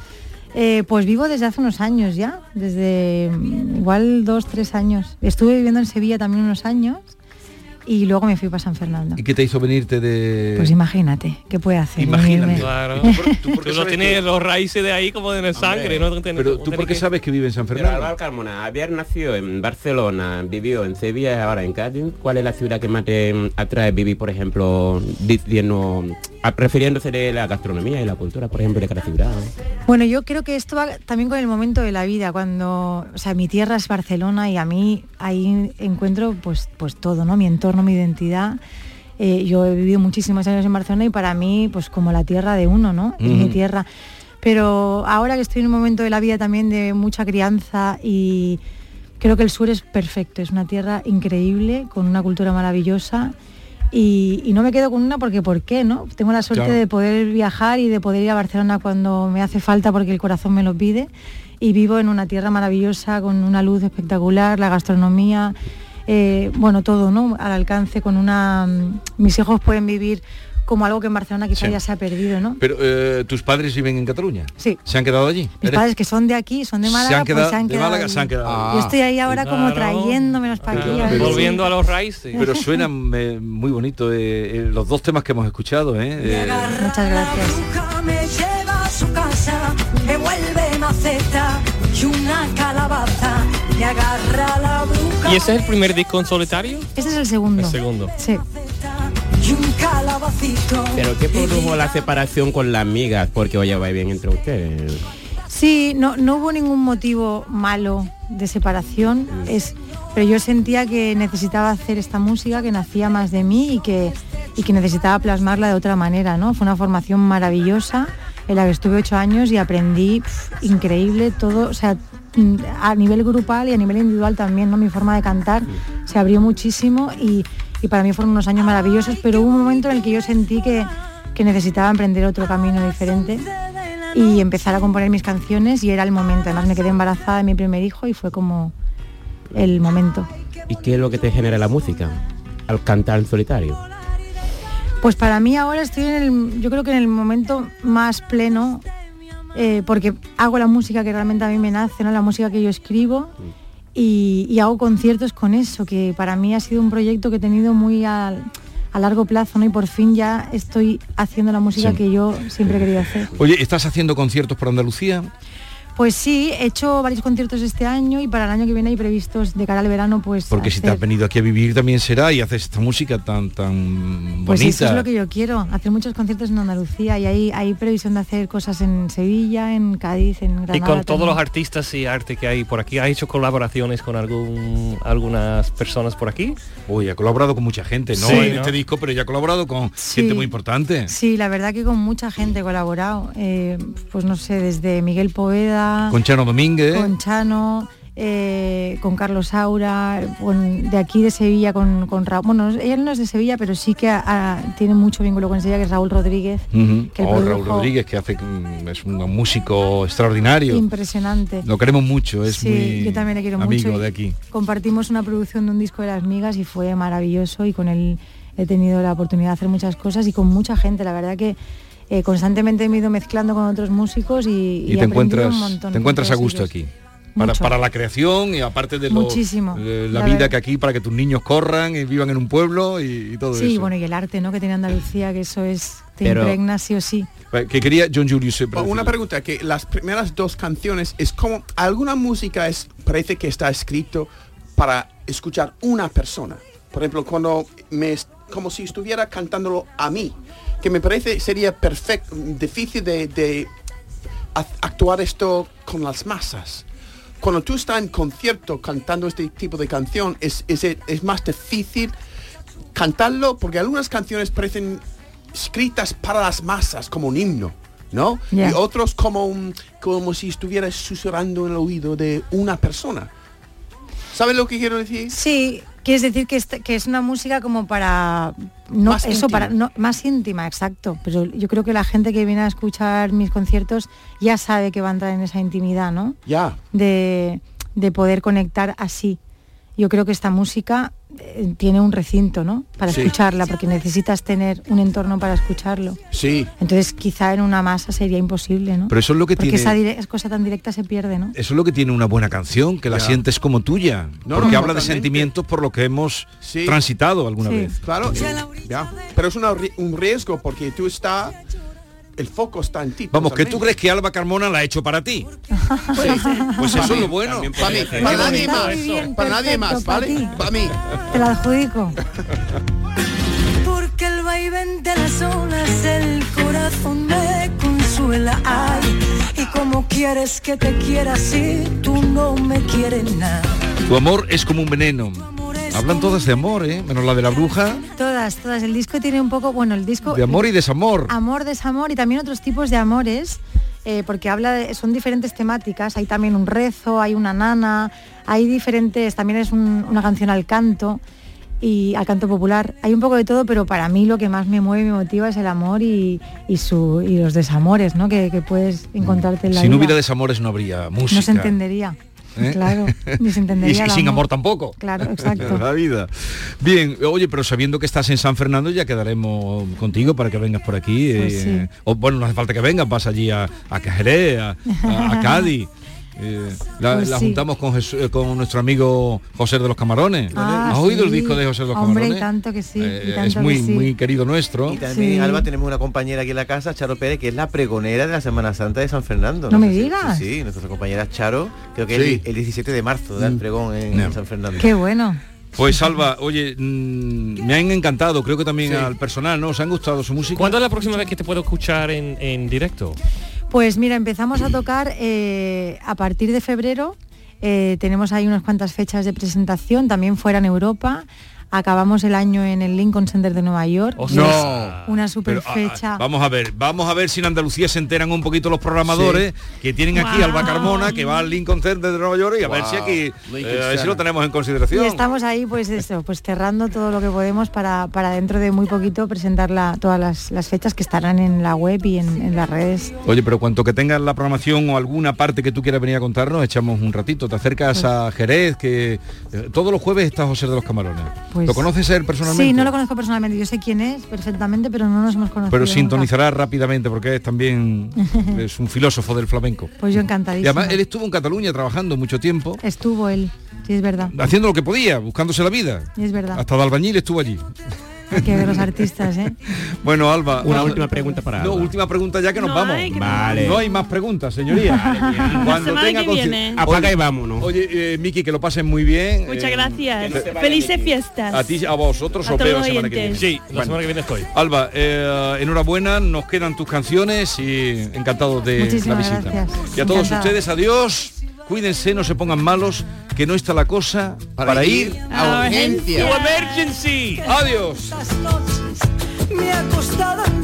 Speaker 7: Eh, pues vivo desde hace unos años ya, desde mm, igual dos, tres años. Estuve viviendo en Sevilla también unos años y luego me fui para San Fernando.
Speaker 2: ¿Y qué te hizo venirte de...?
Speaker 7: Pues imagínate, ¿qué puede hacer? Venirme.
Speaker 19: Claro. Tú, (laughs) no tienes los raíces de ahí como en el sangre. No tienes- no tienes que-
Speaker 2: sabes que vive en San
Speaker 8: Fernando? Álvaro Carmona, Javier nació en Barcelona, vivió en Sevilla y ahora en Cádiz. ¿Cuál es la ciudad que más te mm, atrae vivir, por ejemplo, diciendo, a- refiriéndose de la gastronomía y la cultura, por ejemplo, de cada ciudad?
Speaker 7: Bueno, yo creo que esto va también con el momento de la vida, cuando, o sea, mi tierra es Barcelona y a mí ahí encuentro pues, pues todo, ¿no? Mi entorno, mi identidad. Eh, yo he vivido muchísimos años en Barcelona y para mí, pues como la tierra de uno, ¿no? Es mi
Speaker 20: Ujú.
Speaker 7: tierra. Pero ahora que estoy en un momento de la vida también de mucha crianza y creo que el sur es perfecto, es una tierra increíble, con una cultura maravillosa Y, y no me quedo con una porque ¿por qué? no Tengo la suerte
Speaker 21: Claro.
Speaker 7: de poder viajar y de poder ir a Barcelona cuando me hace falta porque el corazón me lo pide. Y vivo en una tierra maravillosa, con una luz espectacular, la gastronomía, eh, bueno, todo, ¿no? Al alcance, con una... mm, Mis hijos pueden vivir como algo que en Barcelona quizá
Speaker 2: Sí.
Speaker 7: ya se ha perdido, ¿no?
Speaker 2: Pero eh, tus padres viven en Cataluña.
Speaker 7: Sí.
Speaker 2: ¿Se han quedado allí?
Speaker 7: Mis
Speaker 2: Eres-
Speaker 7: padres que son de aquí, son de
Speaker 2: Se
Speaker 7: Málaga,
Speaker 2: han quedado-
Speaker 7: pues se han
Speaker 2: de
Speaker 7: quedado.
Speaker 2: Málaga
Speaker 7: allí.
Speaker 2: se han quedado. Ah.
Speaker 7: Yo estoy ahí ahora como
Speaker 4: Claro.
Speaker 7: trayéndomelos para aquí. a ver si-
Speaker 4: Volviendo a los raíces. (laughs)
Speaker 2: Pero suenan eh, muy bonito eh, eh, los dos temas que hemos escuchado, ¿eh? Eh,
Speaker 7: Muchas gracias.
Speaker 18: me lleva a su casa, me vuelve maceta y una calabaza, me agarra la bruja
Speaker 4: ¿Y ese es el primer disco en solitario?
Speaker 7: Este es el segundo.
Speaker 4: El segundo.
Speaker 7: Sí.
Speaker 18: y un calabacito.
Speaker 8: Pero ¿qué produjo la separación con las amigas? Porque oye, va bien entre ustedes.
Speaker 7: Sí, no, no hubo ningún motivo malo de separación, es, pero yo sentía que necesitaba hacer esta música que nacía más de mí y que, y que necesitaba plasmarla de otra manera, ¿no? Fue una formación maravillosa en la que estuve ocho años y aprendí pf, increíble todo, o sea, mm, a nivel grupal y a nivel individual también, ¿no? Mi forma de cantar se abrió muchísimo y, y para mí fueron unos años maravillosos, pero hubo un momento en el que yo sentí que, que necesitaba emprender otro camino diferente y empezar a componer mis canciones y era el momento. Además me quedé embarazada de mi primer hijo y fue como el momento.
Speaker 8: ¿Y qué es lo que te genera la música? Al cantar en solitario.
Speaker 7: Pues para mí ahora estoy en el, yo creo que en el momento más pleno, eh, porque hago la música que realmente a mí me nace, ¿no? la música que yo escribo y, y hago conciertos con eso, que para mí ha sido un proyecto que he tenido muy a, a largo plazo ¿no? y por fin ya estoy haciendo la música
Speaker 2: Sí.
Speaker 7: que yo siempre he querido hacer.
Speaker 2: Oye, ¿estás haciendo conciertos por Andalucía?
Speaker 7: Pues sí, he hecho varios conciertos este año y para el año que viene hay previstos de cara al verano, pues.
Speaker 2: Porque si te
Speaker 7: hacer-
Speaker 2: has venido aquí a vivir también será y haces esta música tan tan
Speaker 7: Pues
Speaker 2: bonita.
Speaker 7: eso es lo que yo quiero, hacer muchos conciertos en Andalucía y hay, hay previsión de hacer cosas en Sevilla, en Cádiz, en Granada.
Speaker 4: Y con todos
Speaker 7: también.
Speaker 4: los artistas y arte que hay por aquí, ¿ha hecho colaboraciones con algún, algunas personas por aquí?
Speaker 2: Uy, ha colaborado con mucha gente, no
Speaker 4: Sí,
Speaker 2: en
Speaker 4: ¿no?
Speaker 2: este disco, pero ya ha colaborado con gente muy importante.
Speaker 7: Sí, la verdad que con mucha gente he colaborado, eh, pues no sé, desde Miguel Poveda,
Speaker 2: Con Chano Domínguez.
Speaker 7: con Chano, eh, con Carlos Aura, con- de aquí de Sevilla, con, con Raúl. Bueno, ella no es de Sevilla, pero sí que ha- ha- tiene mucho vínculo con Sevilla, que es Raúl Rodríguez.
Speaker 2: Ujú.
Speaker 7: que él
Speaker 2: Oh, Raúl
Speaker 7: produjo-
Speaker 2: Rodríguez, que hace mm, es un músico extraordinario.
Speaker 7: Impresionante.
Speaker 2: Lo queremos mucho, es
Speaker 7: Sí,
Speaker 2: muy
Speaker 7: yo también le quiero
Speaker 2: amigo
Speaker 7: mucho y-
Speaker 2: de aquí.
Speaker 7: Compartimos una producción de un disco de las migas y fue maravilloso y con él he tenido la oportunidad de hacer muchas cosas y con mucha gente. La verdad que eh, constantemente me he ido mezclando con otros músicos y, y he
Speaker 2: Y, te
Speaker 7: aprendido
Speaker 2: encuentras
Speaker 7: un montón
Speaker 2: te encuentras a
Speaker 7: con todos
Speaker 2: gusto
Speaker 7: ellos.
Speaker 2: aquí. Para,
Speaker 7: Mucho.
Speaker 2: para la creación y aparte de lo-
Speaker 7: Muchísimo.
Speaker 2: eh, la,
Speaker 7: La
Speaker 2: vida
Speaker 7: verdad.
Speaker 2: que aquí para que tus niños corran y vivan en un pueblo y, y todo
Speaker 7: Sí,
Speaker 2: eso.
Speaker 7: bueno, y el arte ¿no? que tiene Andalucía, que eso es, te
Speaker 2: Pero-
Speaker 7: impregna sí o sí.
Speaker 2: Eh, Que quería John Julius siempre
Speaker 5: pues Una
Speaker 2: decir-
Speaker 5: pregunta, que las primeras dos canciones es como alguna música es, parece que está escrito para escuchar una persona. Por ejemplo, cuando me es- como si estuviera cantándolo a mí, que me parece sería perfecto, difícil de, de a- actuar esto con las masas. Cuando tú estás en concierto cantando este tipo de canción, es, es, es más difícil cantarlo porque algunas canciones parecen escritas para las masas como un himno, ¿no?
Speaker 7: Ya.
Speaker 5: Y otros como un- como si estuvieras susurrando en el oído de una persona. ¿Sabes lo que quiero decir?
Speaker 7: Sí, quieres decir que, esta- que es una música como para no
Speaker 5: Más
Speaker 7: eso
Speaker 5: íntima.
Speaker 7: para no, más íntima, exacto. Pero yo creo que la gente que viene a escuchar mis conciertos ya sabe que va a entrar en esa intimidad, ¿no?
Speaker 5: Ya.
Speaker 7: De, de poder conectar así. Yo creo que esta música eh, tiene un recinto, ¿no? Para
Speaker 5: Sí.
Speaker 7: escucharla, porque necesitas tener un entorno para escucharlo.
Speaker 5: Sí.
Speaker 7: Entonces, quizá en una masa sería imposible, ¿no?
Speaker 2: Pero eso es lo que
Speaker 7: porque
Speaker 2: tiene-
Speaker 7: esa dire- esa cosa tan directa se pierde, ¿no?
Speaker 2: Eso es lo que tiene una buena canción, que la
Speaker 5: Ya.
Speaker 2: sientes como tuya,
Speaker 5: No,
Speaker 2: porque
Speaker 5: no,
Speaker 2: habla de
Speaker 5: totalmente.
Speaker 2: sentimientos por lo que hemos transitado alguna vez.
Speaker 5: Claro, eh, ya. pero es una ri- un riesgo porque tú estás, el foco está en ti.
Speaker 2: Vamos, que
Speaker 5: totalmente.
Speaker 2: tú crees que Alba Carmona la ha hecho para ti. Pues eso es lo bueno.
Speaker 5: Para mí, para nadie más, para nadie más, ¿vale? Para mí.
Speaker 7: Te la adjudico.
Speaker 18: Porque el vaivén de las olas el corazón me consuela. Ay, y como quieres que te quiera si tú no me quieres nada.
Speaker 2: Tu amor es como un veneno. Hablan todas de amor, ¿eh? menos la de la bruja,
Speaker 7: Todas, todas. El disco tiene un poco, bueno, el disco...
Speaker 2: de amor y desamor.
Speaker 7: Amor, desamor y también otros tipos de amores, eh, porque habla de, son diferentes temáticas. Hay también un rezo, hay una nana, hay diferentes, también es un- una canción al canto. y al canto popular. Hay un poco de todo, pero para mí lo que más me mueve y me motiva es el amor y, y su, y los desamores ¿no? que, que puedes encontrarte en la
Speaker 2: Mm. Si no
Speaker 7: vida.
Speaker 2: hubiera desamores no habría música.
Speaker 7: No se entendería.
Speaker 2: ¿Eh? (laughs)
Speaker 7: Claro, ni se
Speaker 2: Y,
Speaker 7: entendería.
Speaker 2: y
Speaker 7: el
Speaker 2: sin amor tampoco. (laughs)
Speaker 7: Claro, exacto.
Speaker 2: La vida. Bien, oye, pero sabiendo que estás en San Fernando, ya quedaremos contigo para que vengas por aquí.
Speaker 7: Pues
Speaker 2: eh,
Speaker 7: sí.
Speaker 2: O bueno, no hace falta que vengas, vas allí a, a Cajeré, a, a-
Speaker 7: (laughs)
Speaker 2: a Cádiz. Eh, la,
Speaker 7: Pues
Speaker 2: la
Speaker 7: sí.
Speaker 2: juntamos con, Jesús- eh, con nuestro amigo José de los Camarones.
Speaker 7: Ah,
Speaker 2: ¿eh? ¿Has oído el
Speaker 7: sí.
Speaker 2: disco de José de los
Speaker 7: Hombre, y
Speaker 2: Camarones?
Speaker 7: tanto que sí. y
Speaker 2: Eh,
Speaker 7: tanto
Speaker 2: es
Speaker 7: que
Speaker 2: muy,
Speaker 7: sí.
Speaker 2: muy querido nuestro.
Speaker 3: Y también,
Speaker 7: Sí.
Speaker 3: Alba, tenemos una compañera aquí en la casa, Charo Pérez, que es la pregonera de la Semana Santa de San Fernando.
Speaker 7: No me
Speaker 3: sé si-
Speaker 7: digas.
Speaker 3: Sí, sí, nuestra compañera Charo, creo que
Speaker 2: Sí.
Speaker 3: es el 17 de marzo da el pregón en San Fernando.
Speaker 7: Qué bueno.
Speaker 2: Pues Salva, oye, mm, me han encantado, creo que también al personal, ¿no? ¿Os han gustado su música?
Speaker 19: ¿Cuándo es la próxima vez que te puedo escuchar en, en directo?
Speaker 7: Pues mira, empezamos a tocar eh, a partir de febrero. eh, tenemos ahí unas cuantas fechas de presentación, también fuera en Europa. Acabamos el año en el Lincoln Center de Nueva York.
Speaker 2: No.
Speaker 7: Una super
Speaker 2: Pero, ah,
Speaker 7: fecha.
Speaker 2: ah, vamos a ver, vamos a ver si en Andalucía se enteran un poquito los programadores que tienen aquí a Alba Carmona, que va al Lincoln Center de Nueva York y a ver
Speaker 22: Wow.
Speaker 2: si aquí
Speaker 22: Lincoln
Speaker 2: eh, a ver si
Speaker 22: Center.
Speaker 2: lo tenemos en
Speaker 7: Y
Speaker 2: consideración.
Speaker 7: estamos ahí, pues eso, pues cerrando todo lo que podemos para, para dentro de muy poquito presentar la- todas las, las fechas que estarán en la web y en, en las redes.
Speaker 2: Oye, pero cuanto que tengas la programación o alguna parte que tú quieras venir a contarnos, echamos un ratito. Te acercas a Jerez, que eh, todos los jueves está José de los Camarones. ¿Lo conoces a él personalmente?
Speaker 7: Pues Sí, no lo conozco personalmente, yo sé quién es perfectamente, pero no nos hemos conocido.
Speaker 2: Pero
Speaker 7: nunca.
Speaker 2: sintonizará rápidamente porque
Speaker 7: (laughs)
Speaker 2: es también es un filósofo del flamenco.
Speaker 7: Pues yo
Speaker 2: Y
Speaker 7: encantadísima.
Speaker 2: además él estuvo en Cataluña trabajando mucho tiempo,
Speaker 7: Estuvo él, sí, es verdad.
Speaker 2: haciendo lo que podía, buscándose la vida.
Speaker 7: Es verdad.
Speaker 2: Hasta de albañil estuvo allí.
Speaker 7: Hay que ver los artistas, ¿eh?
Speaker 2: Bueno, Alba.
Speaker 22: Una
Speaker 2: Alba-
Speaker 22: última pregunta para
Speaker 2: No,
Speaker 22: Alba.
Speaker 2: última pregunta ya que nos vamos.
Speaker 22: hay que- Vale.
Speaker 2: No hay más
Speaker 22: (laughs)
Speaker 7: (laughs)
Speaker 2: preguntas, señoría.
Speaker 22: semana que
Speaker 2: conci-
Speaker 22: viene.
Speaker 2: Oye,
Speaker 22: Apaga y vámonos.
Speaker 2: Oye, eh, Miki, que lo pasen muy bien.
Speaker 22: Muchas
Speaker 2: Eh,
Speaker 22: gracias.
Speaker 2: que no se vaya
Speaker 22: Felices fiestas.
Speaker 2: A ti, a vosotros,
Speaker 22: A
Speaker 2: os
Speaker 22: todos
Speaker 2: veo
Speaker 22: los
Speaker 2: la semana que viene.
Speaker 22: oyentes.
Speaker 2: Sí, la semana que viene estoy. Alba, eh, enhorabuena, nos quedan tus canciones y encantados de
Speaker 22: Muchísimas
Speaker 2: la visita.
Speaker 22: gracias.
Speaker 2: Y a todos
Speaker 22: Encantada.
Speaker 2: ustedes, adiós. Cuídense, no se pongan malos, que no está la cosa para, ir,
Speaker 22: a urgencias.
Speaker 2: Adiós.
Speaker 18: Estas noches me acostaba en